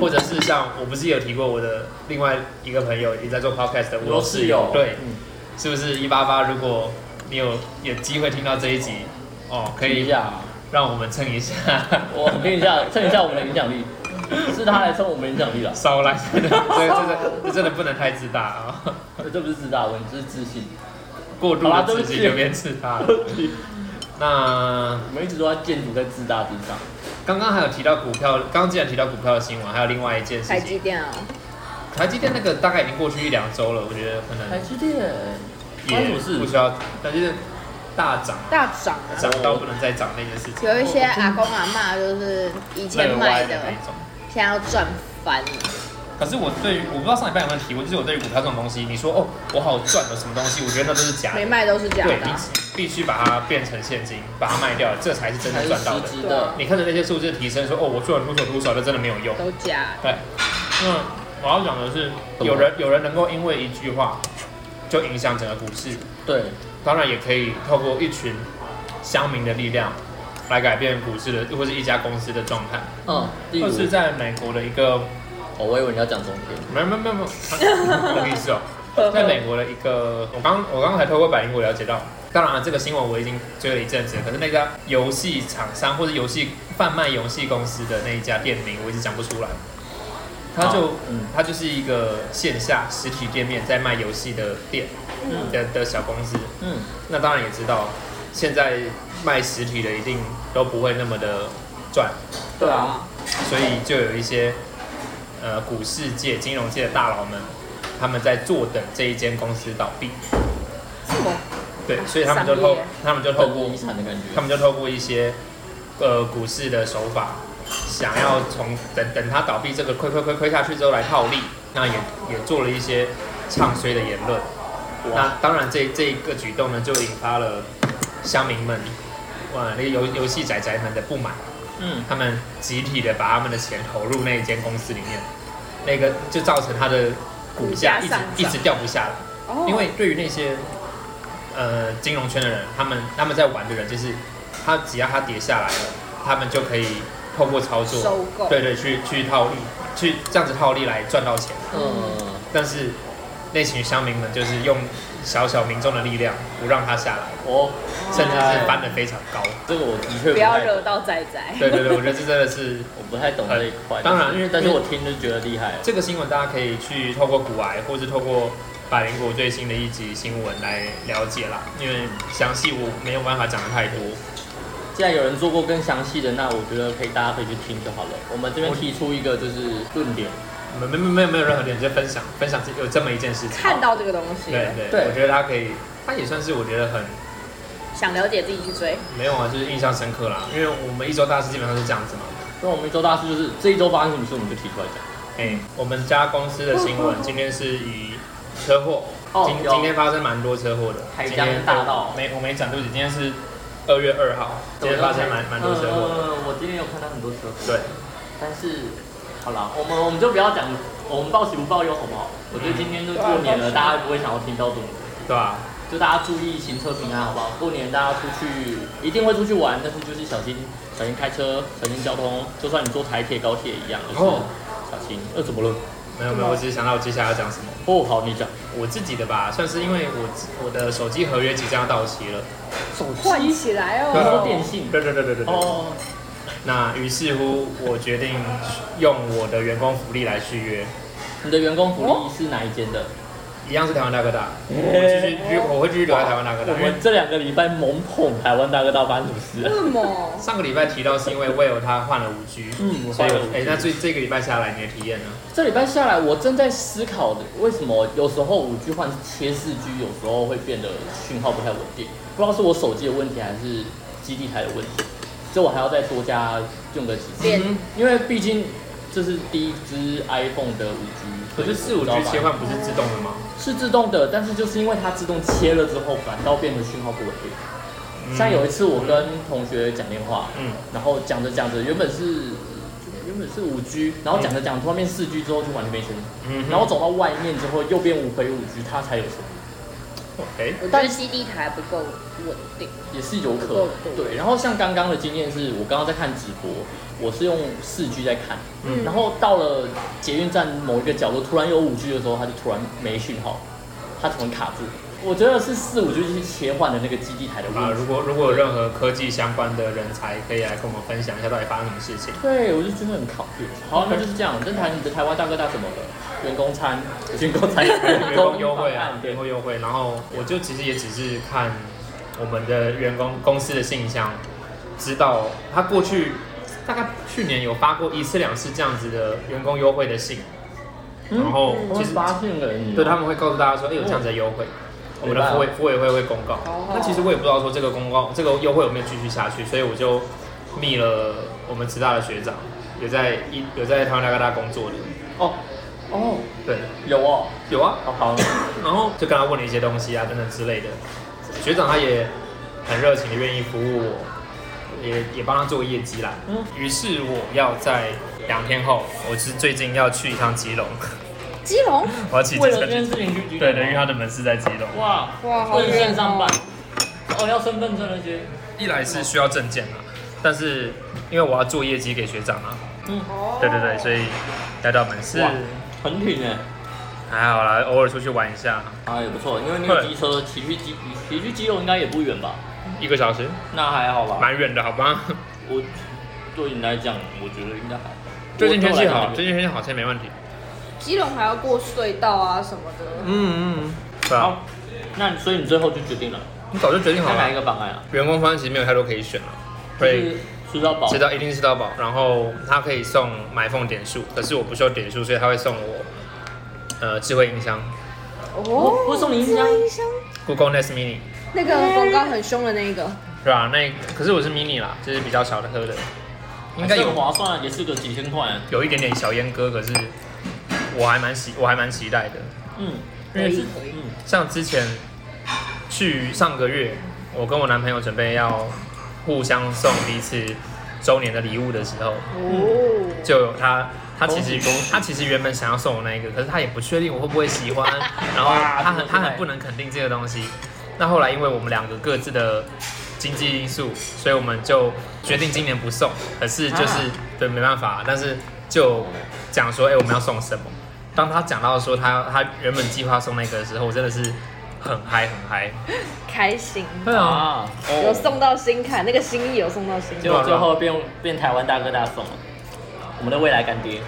Speaker 3: 或者是像我不是有提过我的另外一个朋友也在做 podcast 的，
Speaker 1: 我
Speaker 3: 我
Speaker 1: 室友
Speaker 3: 对，
Speaker 1: 嗯
Speaker 3: 是不是一八八？如果你有有机会听到这一集，哦，可
Speaker 1: 嗯听一
Speaker 3: 以
Speaker 1: 下，
Speaker 3: 让我们蹭一下，
Speaker 1: 我听一下，蹭一下我们的影响力，是他来蹭我们的影响力了，
Speaker 3: 骚来， 这个真的这真的不能太自大啊、
Speaker 1: 这不是自大问题，这是自信。
Speaker 3: 过度
Speaker 1: 好啦
Speaker 3: 的
Speaker 1: 对不
Speaker 3: 自
Speaker 1: 起
Speaker 3: 己就变自大了。那
Speaker 1: 我们一直都在建筑在自大之上。
Speaker 3: 刚刚还有提到股票，刚刚既然提到股票的新闻，还有另外一件事
Speaker 2: 台
Speaker 3: 情
Speaker 2: 积，电啊，
Speaker 3: 台积电那个大概已经过去一两周了，我觉得可
Speaker 1: 台
Speaker 3: 能
Speaker 1: 积电，关
Speaker 3: 也
Speaker 1: 我事
Speaker 3: 不需要台积电大涨啊，
Speaker 2: 大涨啊，
Speaker 3: 涨到不能再涨那件事情，
Speaker 2: 有一些阿公阿嬷就是以前
Speaker 3: 内
Speaker 2: 买
Speaker 3: 歪
Speaker 2: 的
Speaker 3: 的，那一种。
Speaker 2: 现在要赚翻了。
Speaker 3: 可是我对于我不知道上礼拜有没有提过，就是我对于股票这种东西，你说哦我好赚的什么东西，我觉得那都是假的
Speaker 2: 没，卖都是假
Speaker 3: 对
Speaker 2: 的
Speaker 3: 你
Speaker 2: 啊，
Speaker 3: 必须把它变成现金，把它卖掉，这才是真
Speaker 1: 才
Speaker 3: 的
Speaker 1: 是
Speaker 3: 赚到的。
Speaker 1: 实质
Speaker 2: 对
Speaker 1: 的
Speaker 2: 啊。
Speaker 3: 你看着那些数字提升，说哦我赚了多少多少，那真的没有用。
Speaker 2: 都假的。
Speaker 3: 对，那我要讲的是，有人有人能够因为一句话就影响整个股市，
Speaker 1: 对，
Speaker 3: 当然也可以透过一群乡民的力量来改变股市的，或是一家公司的状态。
Speaker 1: 嗯，例如
Speaker 3: 或，是在美国的一个，
Speaker 1: 哦，我以为你要讲中天，
Speaker 3: 没没没没，不好意思哦，在美国的一个，我刚我刚才透过百灵果了解到。当然、了，这个新闻我已经追了一阵子了，可是那家游戏厂商或者游戏贩卖游戏公司的那一家店名，我一直讲不出来。他就
Speaker 1: 好嗯
Speaker 3: 它就是一个线下实体店面在卖游戏的店的的小公司。
Speaker 1: 嗯，
Speaker 3: 那当然也知道，现在卖实体的一定都不会那么的赚，
Speaker 1: 对啊，
Speaker 3: 所以就有一些呃股市界、金融界的大佬们，他们在坐等这一间公司倒闭，
Speaker 2: 什么？
Speaker 3: 对，所以他们就
Speaker 2: 商
Speaker 3: 透
Speaker 2: 业，
Speaker 3: 他们就透
Speaker 1: 本地
Speaker 3: 过
Speaker 1: 遗产的感
Speaker 3: 他
Speaker 1: 觉。
Speaker 3: 们就透过一些呃股市的手法，想要从等等它倒闭这个亏亏亏亏下去之后来套利，那也也做了一些唱衰的言论。那当然这这一个举动呢，就引发了乡民们哇那个游游戏仔仔们的不满，
Speaker 1: 嗯，
Speaker 3: 他们集体的把他们的钱投入那一间公司里面，那个就造成它的股价一
Speaker 2: 股价
Speaker 3: 直
Speaker 2: 上
Speaker 3: 一
Speaker 2: 涨
Speaker 3: 直掉不下来。
Speaker 2: 哦
Speaker 3: 因为对于那些呃金融圈的人，他们他们在玩的人，就是他只要他跌下来了，他们就可以透过操作
Speaker 2: 收购
Speaker 3: 对对，去去套利，去这样子套利来赚到钱。
Speaker 1: 嗯，
Speaker 3: 但是那群乡民们就是用小小民众的力量，不让他下来，
Speaker 1: 哦，
Speaker 3: 甚至是翻得非常高。
Speaker 1: 这个我的确
Speaker 2: 不
Speaker 1: 不
Speaker 2: 要
Speaker 1: 太，
Speaker 2: 惹到仔仔。
Speaker 3: 对对对，我觉得这真的是
Speaker 1: 我不太懂这一块。
Speaker 3: 当然因为
Speaker 1: 但是我听就觉得厉害。
Speaker 3: 这个新闻，大家可以去透过古癌，或是透过百灵果最新的一集新闻来了解啦，因为详细我没有办法讲的太多。
Speaker 1: 既然有人做过更详细的，那我觉得可以，大家可以去听就好了。我们这边提出一个就是论点，
Speaker 3: 没没没没有没有任何点，就分享分享有这么一件事情。
Speaker 2: 看到这个东西，
Speaker 3: 对对，
Speaker 1: 对
Speaker 3: 我觉得他可以，他也算是我觉得很
Speaker 2: 想了解自己去追。
Speaker 3: 没有啊，就是印象深刻啦。因为我们一周大事基本上是这样子嘛。
Speaker 1: 那我们一周大事就是这一周发生什么事我们就提出来讲。
Speaker 3: 哎、我们家公司的新 闻今天是以车祸，
Speaker 1: 哦
Speaker 3: 今
Speaker 1: 有
Speaker 3: 今天发生蛮多车祸的。
Speaker 1: 台
Speaker 3: 今
Speaker 1: 江
Speaker 3: 天哦
Speaker 1: 大道
Speaker 3: 没我没讲对不起，今天是二月二号，今天发生蛮蛮多车祸
Speaker 1: 嗯，
Speaker 3: 的。
Speaker 1: 我今天有看到很多车祸。
Speaker 3: 对，
Speaker 1: 但是好了，我们我们就不要讲，我们报喜不报忧好不好？我觉得今天就过年
Speaker 2: 啊
Speaker 1: 了，大家不会想要听到这种，
Speaker 3: 对啊吧、
Speaker 1: 就大家注意行车平安好不好？过年大家出去一定会出去玩，但是就是小心小心开车，小心交通，就算你坐台铁高铁一样，就是
Speaker 3: 哦
Speaker 1: 小心。呃，怎么了？
Speaker 3: 没有没有，我只是想到我接下来要讲什么。
Speaker 1: 哦，好，你讲。
Speaker 3: 我自己的吧，算是因为我自我的手机合约即将要到期了。
Speaker 1: 手
Speaker 2: 换起来
Speaker 1: 你说
Speaker 2: 哦，
Speaker 1: 电信？
Speaker 3: 对对对对对
Speaker 1: 嗯
Speaker 3: 对。
Speaker 1: 哦，
Speaker 3: 那于是乎，我决定用我的员工福利来续约，
Speaker 1: 你的员工福利是哪一间的？
Speaker 3: 一样是台湾大哥大，我继续继续我会继续留在台湾大哥大，
Speaker 1: 哎我
Speaker 3: 因为
Speaker 1: 们这两个礼拜猛捧台湾大哥大发生什么事
Speaker 2: 为
Speaker 1: 啊？
Speaker 2: 什么？
Speaker 3: 上个礼拜提到是因为 Will 他换了五 G，
Speaker 1: 嗯我
Speaker 3: 所以
Speaker 1: 换了五 G
Speaker 3: 哎、那最这个礼拜下来你的体验呢？
Speaker 1: 这礼拜下来，我正在思考的，为什么有时候五 G 换切四 G，有时候会变得讯号不太稳定，不知道是我手机的问题还是基地台的问题，这我还要再多加用个几次，
Speaker 2: 变
Speaker 3: 嗯
Speaker 1: 因为毕竟这是第一支 iPhone 的五 G，
Speaker 3: 可是四五 G 切换不是自动的吗？
Speaker 1: 是自动的，但是就是因为它自动切了之后，反倒变得讯号不稳定。
Speaker 3: 嗯
Speaker 1: 像有一次我跟同学讲电话，
Speaker 3: 嗯，
Speaker 1: 然后讲着讲着，原本是原本是五 G，然后讲着讲着突然变四 G 之后就完全没声音。
Speaker 3: 嗯哼
Speaker 1: 然后走到外面之后，右边五回五局，它才有声音，
Speaker 3: OK，
Speaker 2: 我觉得基地台不够稳定，
Speaker 1: 也是有可能。对，然后像刚刚的经验是，我刚刚在看直播，我是用四 G 在看，
Speaker 3: 嗯
Speaker 1: 然后到了捷运站某一个角落，突然有五 G 的时候，它就突然没讯号，它突然卡住。我觉得是四五 G 去切换的那个基地台的
Speaker 3: 啊，
Speaker 1: 问
Speaker 3: 如
Speaker 1: 题。
Speaker 3: 果如果有任何科技相关的人才可以来跟我们分享一下到底发生什么事情。
Speaker 1: 对，我就觉得很考虑。好，那就是这样。跟台你的台湾大哥大怎么了？员工餐，员工餐，
Speaker 3: 员工优惠啊，
Speaker 1: 对
Speaker 3: 员，工优惠。然后我就其实也只是看我们的员工公司的信箱，知道他过去大概去年有发过一次两次这样子的员工优惠的信，然后
Speaker 1: 嗯我
Speaker 3: 其
Speaker 1: 们
Speaker 3: 实
Speaker 1: 发现了你，
Speaker 3: 对他们会告诉大家说，哎、有这样子的优惠。我们的服委服委会会公告
Speaker 2: 哦，
Speaker 3: 那其实我也不知道说这个公告这个优惠有没有继续下去，所以我就密了我们职大的学长，有在一有在台湾大哥大工作的，
Speaker 1: 哦哦
Speaker 3: 对，
Speaker 1: 有哦，
Speaker 3: 有啊，
Speaker 1: 哦好。
Speaker 3: 然后就跟他问了一些东西啊，等等之类的。学长他也很热情的愿意服务我，也也帮他做业绩啦。
Speaker 1: 嗯
Speaker 3: 于是我要在两天后，我是最近要去一趟基隆，
Speaker 2: 基隆
Speaker 3: 我要骑
Speaker 1: 为
Speaker 3: 机
Speaker 1: 了这
Speaker 3: 车
Speaker 1: 件
Speaker 3: 去。
Speaker 1: 事情去举
Speaker 3: 对的，因为他的门市在基隆。
Speaker 1: 哇
Speaker 2: 哇好
Speaker 1: 为了线
Speaker 2: 远
Speaker 1: 上办
Speaker 2: 哦，
Speaker 1: 哦要身份证那些，
Speaker 3: 一来是需要证件啊，但是因为我要做业绩给学长啊，
Speaker 1: 嗯，
Speaker 3: 对对对，所以来到门市
Speaker 1: 哇很挺哎，
Speaker 3: 还好啦，偶尔出去玩一下，
Speaker 1: 啊也不错，因为那个机车骑去机骑去基隆应该也不远吧，
Speaker 3: 一个小时，
Speaker 1: 那还好吧，
Speaker 3: 蛮远的，好吧？
Speaker 1: 我对你来讲，我觉得应该还好。
Speaker 3: 最近天气好，
Speaker 1: 我
Speaker 3: 最近天气好，现在没问题。
Speaker 2: 基隆还要过隧道啊什么的，
Speaker 3: 嗯嗯，对啊。
Speaker 1: 好，那你所以你最后就决定了，
Speaker 3: 你早就决定好
Speaker 1: 看哪一
Speaker 3: 了。
Speaker 1: 个方案啊？
Speaker 3: 员工方案其实没有太多可以选了，
Speaker 1: 就
Speaker 3: 所以
Speaker 1: 是吃到饱
Speaker 3: 吃。到一定吃到饱，然后他可以送买凤点数，可是我不收点数，所以他会送我呃智慧音箱
Speaker 1: 哦会送你音箱
Speaker 4: 智慧音箱
Speaker 3: Google Nest Mini，
Speaker 2: 那个广告很凶的那一个，
Speaker 3: 是吧？那可是我是 mini 啦，就是比较小的喝的，应
Speaker 1: 还
Speaker 3: 该
Speaker 1: 是很
Speaker 3: 有
Speaker 1: 划算啊，也是个几千块。
Speaker 3: 有一点点小阉割，可是我还蛮期我还蛮期待的。
Speaker 1: 嗯，
Speaker 3: 因为是
Speaker 1: 嗯，
Speaker 3: 像之前去上个月，我跟我男朋友准备要互相送彼此周年的礼物的时候，
Speaker 2: 哦，
Speaker 3: 就有他他其
Speaker 1: 恭喜恭
Speaker 3: 实
Speaker 1: 喜
Speaker 3: 他其实原本想要送我那一个，可是他也不确定我会不会喜欢， 然后
Speaker 1: 哇
Speaker 3: 他很
Speaker 1: 这么厉害
Speaker 3: 他很不能肯定这个东西。那后来因为我们两个各自的经济因素，所以我们就决定今年不送。可是就是、
Speaker 1: 啊
Speaker 3: 对没办法，但是就讲说，哎、我们要送什么？当他讲到说他他原本计划送那个的时候，我真的是很嗨很嗨。
Speaker 4: 开心，
Speaker 3: 对啊，
Speaker 1: 啊，
Speaker 4: 有送到心坎，那个心意有送到心
Speaker 1: 结
Speaker 4: 坎。
Speaker 1: 果最后变变台湾大哥大送了，我们的未来干爹。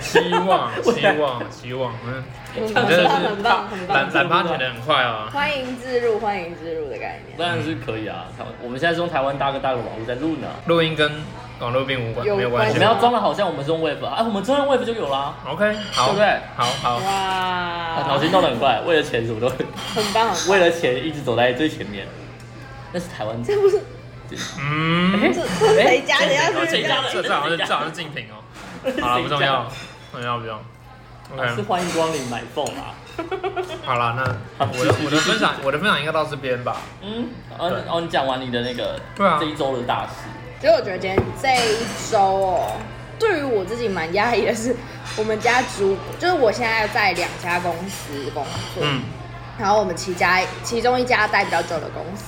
Speaker 3: 希 望希望希望，嗯，
Speaker 4: 我
Speaker 1: 真
Speaker 3: 的是
Speaker 4: 很棒，很棒，
Speaker 3: 懒懒趴舔的很快哦。
Speaker 4: 欢迎自入，欢迎自入的概念。
Speaker 1: 当然是可以啊，台湾我们现在是用台湾大哥大的网络在录呢。
Speaker 3: 录音跟网络并无关，
Speaker 4: 有
Speaker 3: 没有关
Speaker 1: 我
Speaker 3: 系
Speaker 1: 们。要装的好像我们是用 Wave 啊，哎我们真的用 Wave 就有啦。
Speaker 3: OK，好，
Speaker 1: 对不对
Speaker 3: 好好，
Speaker 1: 啊
Speaker 4: 哇，
Speaker 1: 脑筋动得很快，为了钱什么都，
Speaker 4: 很棒，很棒
Speaker 1: 为了钱一直走在最前面。那是台湾，
Speaker 4: 这不是
Speaker 3: 嗯
Speaker 2: 嗯
Speaker 4: 这，这
Speaker 1: 哎
Speaker 4: 谁家的要
Speaker 1: 这
Speaker 4: 是
Speaker 1: 谁
Speaker 4: 这
Speaker 1: 家
Speaker 4: 样
Speaker 1: 的？
Speaker 3: 这这好像是这好像是竞品哦。好了，不重要，嗯不重要，不重要。
Speaker 1: 是
Speaker 3: OK，
Speaker 1: 欢迎光临买凤啊。
Speaker 3: 好了，那我的我的分享我的分享应该到这边吧。
Speaker 1: 嗯，哦
Speaker 3: 对
Speaker 1: 你哦，你讲完你的那个，
Speaker 3: 对啊
Speaker 1: 这一周的大事，
Speaker 2: 所以我觉得今天这一周哦，对于我自己蛮压抑的是，我们家主就是我现在在两家公司工作，
Speaker 3: 嗯，
Speaker 2: 然后我们其家其中一家待比较久的公司，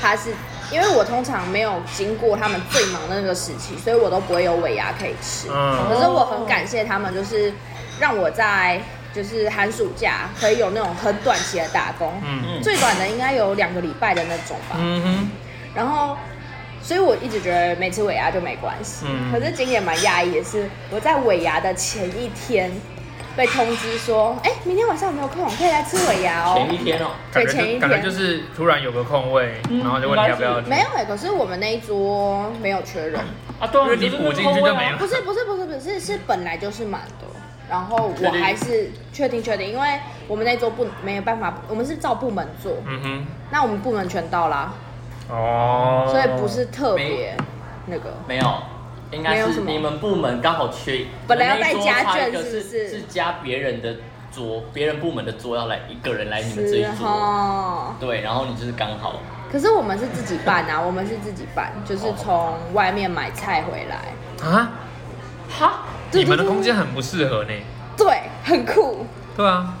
Speaker 2: 它是因为我通常没有经过他们最忙的那个时期，所以我都不会有尾牙可以吃。
Speaker 3: 嗯
Speaker 2: 可是我很感谢他们，就是让我在就是寒暑假可以有那种很短期的打工，
Speaker 3: 嗯
Speaker 1: 嗯
Speaker 2: 最短的应该有两个礼拜的那种吧。
Speaker 3: 嗯哼，
Speaker 2: 然后，所以我一直觉得每次尾牙就没关系。
Speaker 3: 嗯
Speaker 2: 可是今年蛮压抑的是，我在尾牙的前一天被通知说，哎、明天晚上有没有空，可以来吃尾牙哦。
Speaker 1: 前一天哦，
Speaker 3: 感觉
Speaker 2: 对前一
Speaker 3: 就
Speaker 2: 天
Speaker 3: 感觉就是突然有个空位，然后就问你要不要去，
Speaker 2: 没有哎、可是我们那一桌没有缺 人，
Speaker 1: 啊对啊，
Speaker 3: 因为你
Speaker 1: 这
Speaker 3: 补进去就没了
Speaker 2: 不是不是不是不是是本来就是满的，然后我还是确定确定，因为我们那桌不没有办法，我们是照部门做，
Speaker 3: 嗯
Speaker 2: 那我们部门全到啦，
Speaker 3: 哼，哦，
Speaker 2: 所以不是特别
Speaker 1: 哦
Speaker 2: 那个。
Speaker 1: 没有，应
Speaker 2: 没
Speaker 1: 该
Speaker 2: 有
Speaker 1: 是
Speaker 2: 什么
Speaker 1: 你们部门刚好缺，
Speaker 2: 本来要
Speaker 1: 那一桌
Speaker 2: 带家眷
Speaker 1: 差一个
Speaker 2: 是
Speaker 1: 是
Speaker 2: 不是
Speaker 1: 是加别人的桌，别人部门的桌要来一个人来你们这一
Speaker 2: 是
Speaker 1: 桌，
Speaker 2: 哈，
Speaker 1: 对，然后你就是刚好，
Speaker 2: 可是我们是自己办 啊，我们是自己办，就是从外面买菜回来。
Speaker 3: 啊，
Speaker 1: 哈，
Speaker 2: 对
Speaker 3: 你们的
Speaker 2: 对对
Speaker 3: 空间很不适合呢。
Speaker 2: 对，很酷。
Speaker 3: 对啊，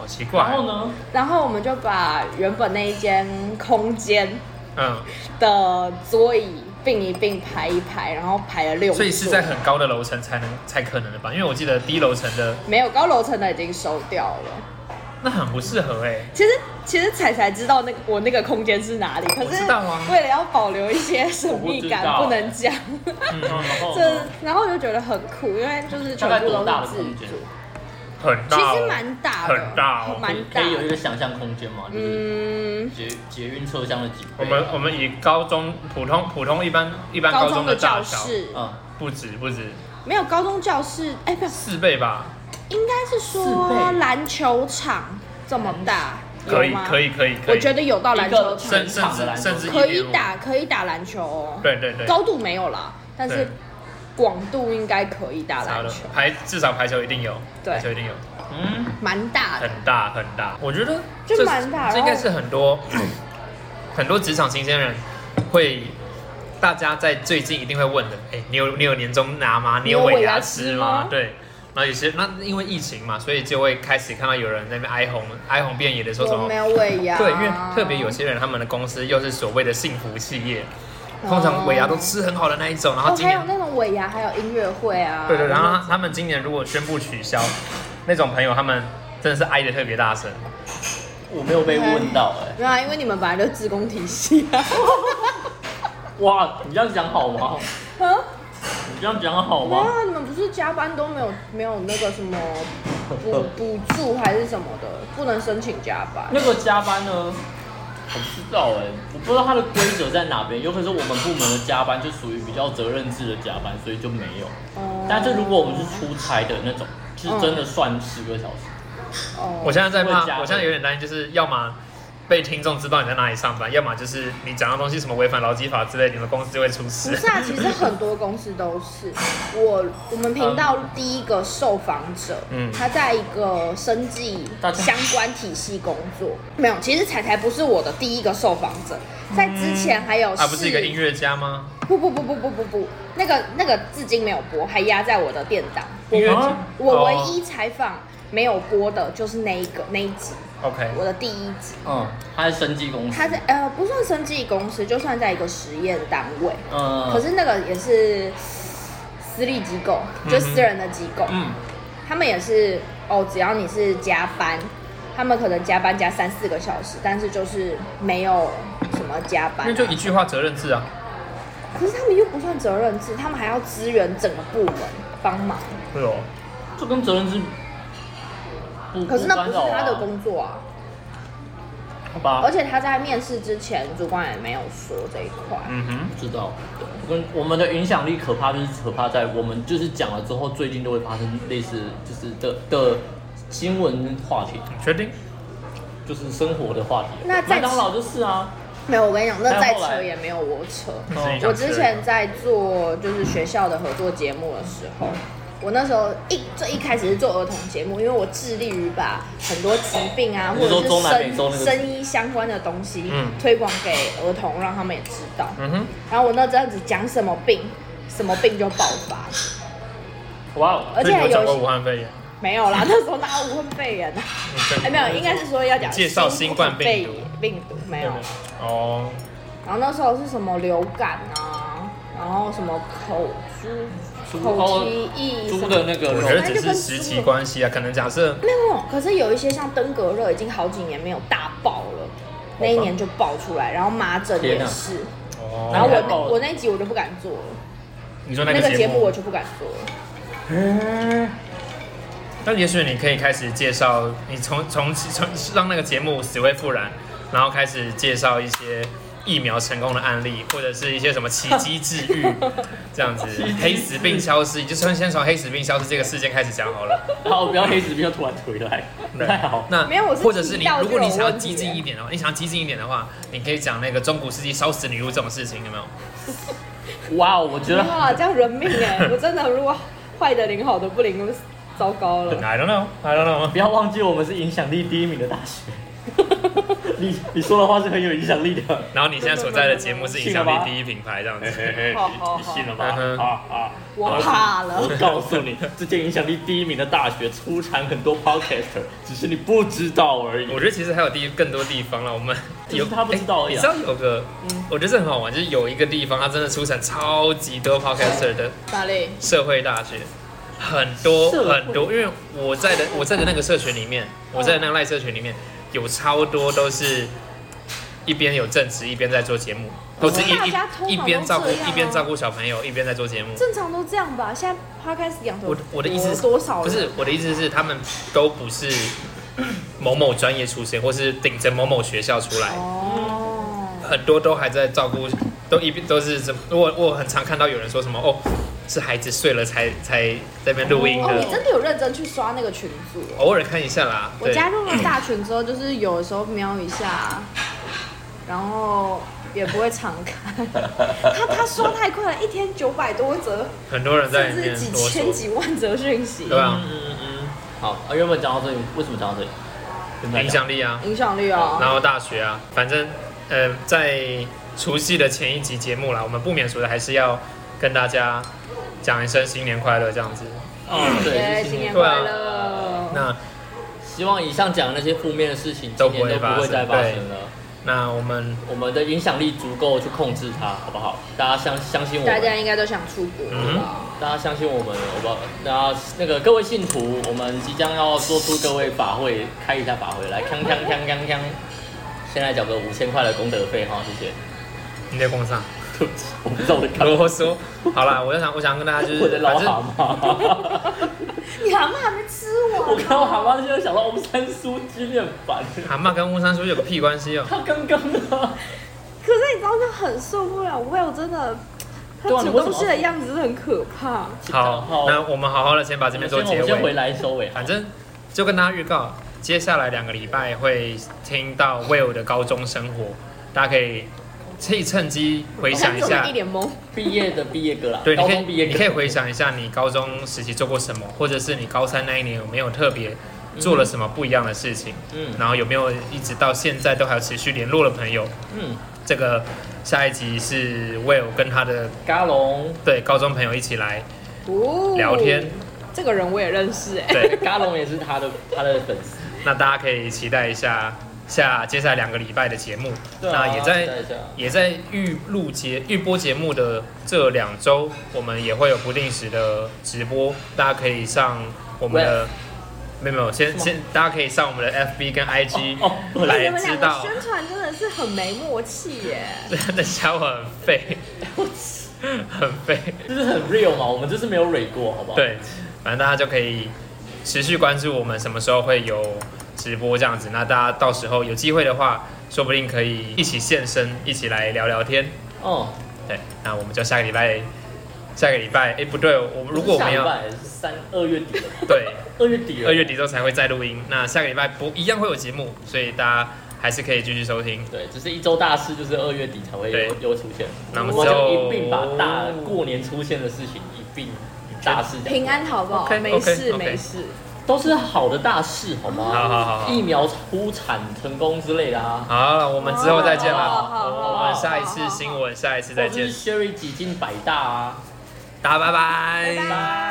Speaker 3: 好奇怪。
Speaker 1: 然后？呢？
Speaker 2: 然后我们就把原本那一间空间
Speaker 3: 嗯，
Speaker 2: 的桌椅并一并排一排，然后排了六
Speaker 3: 所以是在
Speaker 2: 座
Speaker 3: 很高的楼层才能才可能的吧？因为我记得低楼层的
Speaker 2: 没有高楼层的已经收掉了。
Speaker 3: 那很不适合哎、
Speaker 2: 其实其实彩彩知道那个我那个空间是哪里，可
Speaker 3: 我
Speaker 2: 是
Speaker 3: 知道啊
Speaker 2: 为了要保留一些神秘感，
Speaker 1: 我
Speaker 2: 不
Speaker 1: 不知道
Speaker 2: 能讲。
Speaker 3: 嗯
Speaker 1: 然后呢
Speaker 2: 这然后我就觉得很酷，因为就是
Speaker 1: 大
Speaker 2: 全
Speaker 1: 概
Speaker 2: 部
Speaker 1: 多
Speaker 2: 都
Speaker 1: 大的
Speaker 2: 是自
Speaker 1: 空间
Speaker 2: 助。？
Speaker 3: 很
Speaker 2: 其
Speaker 3: 大、哦，
Speaker 2: 实蛮大的，
Speaker 3: 很大哦
Speaker 2: 蛮
Speaker 1: 可
Speaker 2: 大
Speaker 1: 以有一个想象空间嘛，就是
Speaker 2: 嗯，
Speaker 1: 捷捷运车厢的几倍。
Speaker 3: 我们我们以高中普通普通一般一般高
Speaker 2: 中
Speaker 3: 的大
Speaker 2: 教
Speaker 3: 小，哦
Speaker 2: 室
Speaker 1: 嗯，
Speaker 3: 不止不止
Speaker 2: 没有高中教室，哎，不，
Speaker 3: 四倍吧，
Speaker 2: 应该是说
Speaker 1: 四倍
Speaker 2: 篮球场这么大，
Speaker 3: 可以
Speaker 2: 有吗
Speaker 3: 可，以可以可
Speaker 2: 我
Speaker 3: 以，
Speaker 2: 觉得有到篮球
Speaker 1: 一
Speaker 2: 场
Speaker 1: 个
Speaker 3: 甚
Speaker 1: 很
Speaker 3: 甚
Speaker 1: 长的篮
Speaker 3: 至
Speaker 1: 球
Speaker 3: 甚至一
Speaker 2: 可
Speaker 3: 点
Speaker 2: 以打可以打篮球哦，
Speaker 3: 对对对，
Speaker 2: 高度没有啦，但是
Speaker 3: 对
Speaker 2: 广度应该可以打
Speaker 3: 差
Speaker 2: 篮
Speaker 3: 了
Speaker 2: 球，
Speaker 3: 排至少排球一定有，
Speaker 2: 对
Speaker 3: 排球一定有，
Speaker 1: 嗯，
Speaker 2: 蛮大的
Speaker 3: 很，大很大，我觉得
Speaker 2: 就
Speaker 3: 这
Speaker 2: 蛮大然后
Speaker 3: 这应该是很多很多职场新鲜人会。大家在最近一定会问的，哎、你有你有年终拿吗？
Speaker 2: 你
Speaker 3: 你
Speaker 2: 有
Speaker 3: 有
Speaker 2: 尾
Speaker 3: 尾
Speaker 2: 牙
Speaker 3: 牙
Speaker 2: 吃
Speaker 3: 吃
Speaker 2: 吗
Speaker 3: 吗？对，然后有些那因为疫情嘛，所以就会开始看到有人在那边哀鸿哀鸿遍野的说什
Speaker 2: 我
Speaker 3: 么
Speaker 2: 没有尾牙，
Speaker 3: 对，因为特别有些人，他们的公司又是所谓的幸福企业，通常尾牙都吃很好的那一种，然后
Speaker 2: 哦，
Speaker 3: 今
Speaker 2: 还
Speaker 3: 年
Speaker 2: 有，那种尾牙，还有音乐会啊，
Speaker 3: 对对，然后他他们今年如果宣布取消，那种朋友他们真的是哀的特别大声，
Speaker 1: 我没有被问到哎、
Speaker 2: 没有啊，因为你们本来就自工体系啊，
Speaker 1: 哇，你这样讲好吗？
Speaker 2: 啊
Speaker 1: 你这样讲好
Speaker 2: 没有
Speaker 1: 吗？
Speaker 2: 啊，你们不是加班都没有没有那个什么补补助还是什么的，不能申请加班。
Speaker 1: 那个加班呢？我不知道哎、我不知道它的规则在哪边，有可能是我们部门的加班就属于比较责任制的加班，所以就没有。
Speaker 2: 哦
Speaker 1: 但是如果我们是出差的那种，是真的算四个小时。
Speaker 2: 哦
Speaker 3: 我现在在
Speaker 1: 会加
Speaker 3: 怕，
Speaker 1: 分
Speaker 3: 我现在有点担心，就是要么被听众知道你在哪里上班，要么就是你讲到东西什么违反劳基法之类，你们公司就会出
Speaker 2: 不
Speaker 3: 事
Speaker 2: 是。啊，其实很多公司都是我我们频道第一个受访者，
Speaker 3: 嗯
Speaker 2: 他在一个生计
Speaker 1: 大家
Speaker 2: 相关体系工作，没有，其实彩彩不是我的第一个受访者，在之前还有
Speaker 3: 他啊不是一个音乐家吗？
Speaker 2: 不不不不不不不，那个那个至今没有播，还压在我的电档，
Speaker 3: 音乐
Speaker 1: 啊
Speaker 3: 家，哦
Speaker 2: 我唯一采访没有播的就是那一个那一集，
Speaker 3: 哦 OK，
Speaker 2: 我的第一集，
Speaker 1: 嗯，它是生技公司。
Speaker 2: 他在呃不算生计公司，就算在一个实验单位，
Speaker 1: 嗯，
Speaker 2: 可是那个也是私立机构，就私人的机构，
Speaker 1: 嗯，
Speaker 2: 他们也是哦，只要你是加班，他们可能加班加三四个小时，但是就是没有什么加班
Speaker 3: 因为
Speaker 2: 啊、
Speaker 3: 就一句话责任制啊，
Speaker 2: 可是他们又不算责任制，他们还要支援整个部门帮忙，
Speaker 3: 对哦，
Speaker 1: 就跟责任制不
Speaker 2: 可是那不是他的，
Speaker 1: 干扰啊
Speaker 2: 工作啊。
Speaker 1: 啊
Speaker 3: 好吧
Speaker 2: 而，且他在面试之前，主管也没有说这一块。
Speaker 3: 嗯哼，
Speaker 1: 不知道。我跟我们的影响力可怕，就是可怕在我们就是讲了之后，最近都会发生类似就是的的新闻话题，
Speaker 3: 你确定？
Speaker 1: 就是生活的话题。
Speaker 2: 那在
Speaker 1: 麦当劳就是啊，
Speaker 2: 没有，我跟你讲，那
Speaker 1: 但
Speaker 2: 再
Speaker 1: 后来
Speaker 2: 扯也没有我扯。
Speaker 1: 哦
Speaker 3: 是你想
Speaker 2: 我之
Speaker 3: 确认
Speaker 2: 前在做就是学校的合作节目的时候，我那时候一最一开始是做儿童节目，因为我致力于把很多疾病啊，
Speaker 1: 你是
Speaker 2: 或者
Speaker 1: 说中
Speaker 2: 是
Speaker 1: 南美洲那
Speaker 2: 生
Speaker 1: 个
Speaker 2: 生医相关的东西
Speaker 3: 嗯
Speaker 2: 推广给儿童，让他们也知道。
Speaker 3: 嗯哼，
Speaker 2: 然后我那阵子讲什么病，什么病就爆发了，
Speaker 1: 哇哦，
Speaker 2: 而且
Speaker 3: 所以你有讲
Speaker 2: 有
Speaker 3: 过
Speaker 2: 些
Speaker 3: 武汉肺炎，
Speaker 2: 没有 啦，那时候哪有武汉肺炎啊？
Speaker 3: 你确定
Speaker 2: 哎，没有，应该是说要讲
Speaker 3: 介绍新冠病毒
Speaker 2: 新冠肺炎病毒没有。
Speaker 3: 哦，
Speaker 2: 然后那时候是什么流感啊，然后什么口猪、
Speaker 1: 猪
Speaker 2: 口蹄疫什
Speaker 1: 猪
Speaker 2: 么
Speaker 1: 哦的那个
Speaker 3: 我
Speaker 1: 肉
Speaker 3: 觉得只是时期关系啊，可能假设
Speaker 2: 没有没有，可是有一些像登革热已经好几年没有大爆了，那一年就爆出来，然后麻疹也是，
Speaker 3: 哦，
Speaker 2: 然后我
Speaker 1: 太
Speaker 2: 那
Speaker 1: 爆了
Speaker 2: 我那一集我就不敢做了，
Speaker 3: 你说那
Speaker 2: 那
Speaker 3: 个
Speaker 2: 个
Speaker 3: 节
Speaker 2: 节
Speaker 3: 目
Speaker 2: 目我就不敢做了。
Speaker 3: 但也许你可以开始介绍，你从从从让那个节目死灰复燃，然后开始介绍一些疫苗成功的案例，或者是一些什么奇迹治愈这样子
Speaker 1: 奇迹，
Speaker 3: 黑死病消失，就从先从黑死病消失这个事件开始讲好了。
Speaker 1: 好，不要黑死病又突然回来，不 太好。
Speaker 3: 那
Speaker 2: 没有我是
Speaker 3: 或者是你
Speaker 2: 提到，
Speaker 3: 如果你想要
Speaker 2: 这种问题
Speaker 3: 激进一点的话，你想要激进一点的话，你可以讲那个中古世纪烧死女巫这种事情，有没有？
Speaker 1: 哇哦，我觉
Speaker 3: 啊
Speaker 1: 得
Speaker 2: 哇，这样人命哎、我真的如果坏的灵，好的不灵，糟糕 了。
Speaker 3: I don't know, I don't know。
Speaker 1: 不要忘记我们是影响力第一名的大学。你你说的话是很有影响力的。
Speaker 3: 然后你现在所在的节目是影响力第一品牌这样子。
Speaker 2: 好好好
Speaker 1: 你信了吧？
Speaker 3: 嗯哼
Speaker 1: 啊啊！
Speaker 2: 我怕了
Speaker 1: 我告诉你，这间影响力第一名的大学出产很多 podcaster，只是你不知道而已。
Speaker 3: 我觉得其实还有地更多地方了，我们
Speaker 1: 只是
Speaker 3: 有
Speaker 1: 他不知道而已
Speaker 3: 诶你
Speaker 1: 啊
Speaker 3: 知道有个，
Speaker 2: 嗯
Speaker 3: 我觉得这很好玩，就是有一个地方，它真的出产超级多 podcaster 的
Speaker 5: 哪里？
Speaker 3: 社会大学，很多
Speaker 1: 社会
Speaker 3: 很多。因为我在的我在的那个社群里面，
Speaker 2: 嗯
Speaker 3: 我在的那个赖社群里面，有超多都是一边有正职，一边在做节目，都是一
Speaker 2: 哦大家通常都
Speaker 3: 一一边照顾
Speaker 2: 这样啊
Speaker 3: 一边照顾小朋友，一边在做节目。
Speaker 2: 正常都这样吧，现在 podcast 两头
Speaker 3: 我的我的意思是
Speaker 2: 多少人啊
Speaker 3: 不是我的意思是，他们都不是某某专业出身，或是顶着某某学校出来。
Speaker 2: 哦，
Speaker 3: 很多都还在照顾，都一都是什么？我我很常看到有人说什么哦，是孩子睡了才才在那边录音
Speaker 2: 哦，你
Speaker 3: 的，
Speaker 2: 真的有认真去刷那个群组哦？
Speaker 3: 偶尔看一下啦。
Speaker 2: 我
Speaker 3: 对，
Speaker 2: 加入了大群之后，就是有的时候瞄一下，然后也不会常 看。
Speaker 1: 嗯
Speaker 2: 他他刷太快了，一天九百多则，
Speaker 3: 很多人在
Speaker 2: 甚
Speaker 3: 里面
Speaker 2: 至几
Speaker 3: 啰
Speaker 2: 千
Speaker 3: 嗦，
Speaker 2: 几万则讯息
Speaker 3: 对，啊
Speaker 1: 嗯，嗯嗯。好，啊，原本讲到这里，为什么讲到这里？跟大家
Speaker 3: 影响力啊，
Speaker 2: 影响力啊。
Speaker 3: 然后大学啊，反正呃，在除夕的前一集节目啦，我们不免俗的还是要跟大家讲一声新年快乐这样子。
Speaker 1: 讲。哦，对，
Speaker 2: 对，
Speaker 1: 就是
Speaker 2: 新
Speaker 1: 新年
Speaker 2: 年
Speaker 1: 快乐。
Speaker 2: 快乐！
Speaker 3: 啊那
Speaker 1: 希望以上讲的那些负面的事情，
Speaker 3: 都
Speaker 1: 今
Speaker 3: 不会
Speaker 1: 年都不会再
Speaker 3: 发
Speaker 1: 发
Speaker 3: 生
Speaker 1: 生了。
Speaker 3: 那我们
Speaker 1: 我们的影响力足够去控制它，好不好？大家相相信我
Speaker 2: 大
Speaker 1: 们。
Speaker 2: 家应该都想出国
Speaker 3: 嗯
Speaker 2: 了吧？
Speaker 1: 大家相信我们，好不好？大家那个各位信徒，我们即将要做出各位法会，开一下法会，来锵锵锵锵锵，先来缴个五千块的功德费哈，谢谢。
Speaker 3: 你在工 上
Speaker 1: 对不起，我不知道我的卡，
Speaker 3: 啰嗦，好啦，我就想我想跟大家就是
Speaker 1: 我的
Speaker 3: 反
Speaker 1: 老
Speaker 3: 正
Speaker 1: 蛤蟆。
Speaker 4: 你阿妈还没吃完。
Speaker 1: 我看到蛤蟆现在想到翁山苏鸡面烦，
Speaker 3: 蛤蟆跟巫山叔有个屁关系哦？
Speaker 1: 他刚刚啊，
Speaker 4: 可是你知道，就很受不了，我有真的，他
Speaker 1: 对啊你
Speaker 4: 煮
Speaker 1: 为什么
Speaker 4: 东西
Speaker 1: 要
Speaker 4: 的样子真的很可怕。
Speaker 3: 好，那我们好好的先把这
Speaker 1: 我们
Speaker 3: 边做
Speaker 1: 先我
Speaker 3: 结
Speaker 1: 们先回
Speaker 3: 尾。
Speaker 1: 来收尾，
Speaker 3: 反正就跟大家预告，接下来两个礼拜会听到 Will 的高中生活，大家可以趁趁机回想一
Speaker 4: 我看
Speaker 3: 下
Speaker 1: 哦
Speaker 4: 中了一。脸懵。
Speaker 1: 毕业的毕业歌啦，
Speaker 3: 对，你
Speaker 1: 高
Speaker 3: 可
Speaker 1: 中毕业歌，
Speaker 3: 以你可以回想一下你高中时期做过什么，或者是你高三那一年有没有特别做了什么不一样的事情，
Speaker 1: 嗯
Speaker 3: 然后有没有一直到现在都还有持续联络的朋友。
Speaker 1: 嗯，
Speaker 3: 这个下一集是 Will 跟他的
Speaker 1: 嘎龙，
Speaker 3: 对高中朋友一起来
Speaker 4: 哦
Speaker 3: 聊天，
Speaker 4: 这个人我也认识哎、
Speaker 3: 对，
Speaker 1: 嘎龙也是他的他的粉丝，
Speaker 3: 那大家可以期待一下下接下来两个礼拜的节目。
Speaker 1: 对啊
Speaker 3: 那也
Speaker 1: 期待一下
Speaker 3: 在也在预录节预播节目的这两周，我们也会有不定时的直播，大家可以上我们的。没有没有，先
Speaker 1: 吗
Speaker 3: 先大家可以上我们的 FB 跟 IG
Speaker 1: 哦哦
Speaker 4: 哎
Speaker 3: 来
Speaker 4: 你们
Speaker 3: 知
Speaker 4: 两个
Speaker 3: 道，
Speaker 4: 宣传真的是很没默契耶、
Speaker 3: 那小伙很 废，很废。
Speaker 1: 这是很 real 嘛，我们这是没有蕊过，好不好？，
Speaker 3: 对，反正大家就可以持续关注我们什么时候会有直播这样子。那大家到时候有机会的话，说不定可以一起现身，一起来聊聊天。
Speaker 1: 嗯，
Speaker 3: 对，那我们就下个礼拜，下个礼拜，哎、不对，我们如果我们
Speaker 1: 下礼
Speaker 3: 要
Speaker 1: 拜是三二月底了，
Speaker 3: 对
Speaker 1: 二月底了，
Speaker 3: 二月底之后才会再录音，那下个礼拜不一样会有节目，所以大家还是可以继续收听。
Speaker 1: 对，只是一周大事，就是二月底才会
Speaker 3: 对
Speaker 1: 有有出现。
Speaker 3: 那我们
Speaker 1: 们就
Speaker 3: 就
Speaker 1: 一并把大过年出现的事情一并大事讲
Speaker 4: 平安好不好
Speaker 3: OK，OK，
Speaker 4: 没事
Speaker 3: OK
Speaker 4: 没事。
Speaker 1: 都是好的大事，好吗？
Speaker 3: 好好好好
Speaker 1: 疫苗出产成功之类的啊。
Speaker 3: 好了，我们之后再见
Speaker 4: 哦好
Speaker 3: 啦，
Speaker 4: 好好
Speaker 3: 我们下一次新
Speaker 4: 好好好
Speaker 3: 闻，下一次
Speaker 1: 或
Speaker 3: 再
Speaker 1: 者
Speaker 3: 见
Speaker 1: 是，Sherry 挤进百大啊。
Speaker 3: 大家拜拜
Speaker 4: 拜拜。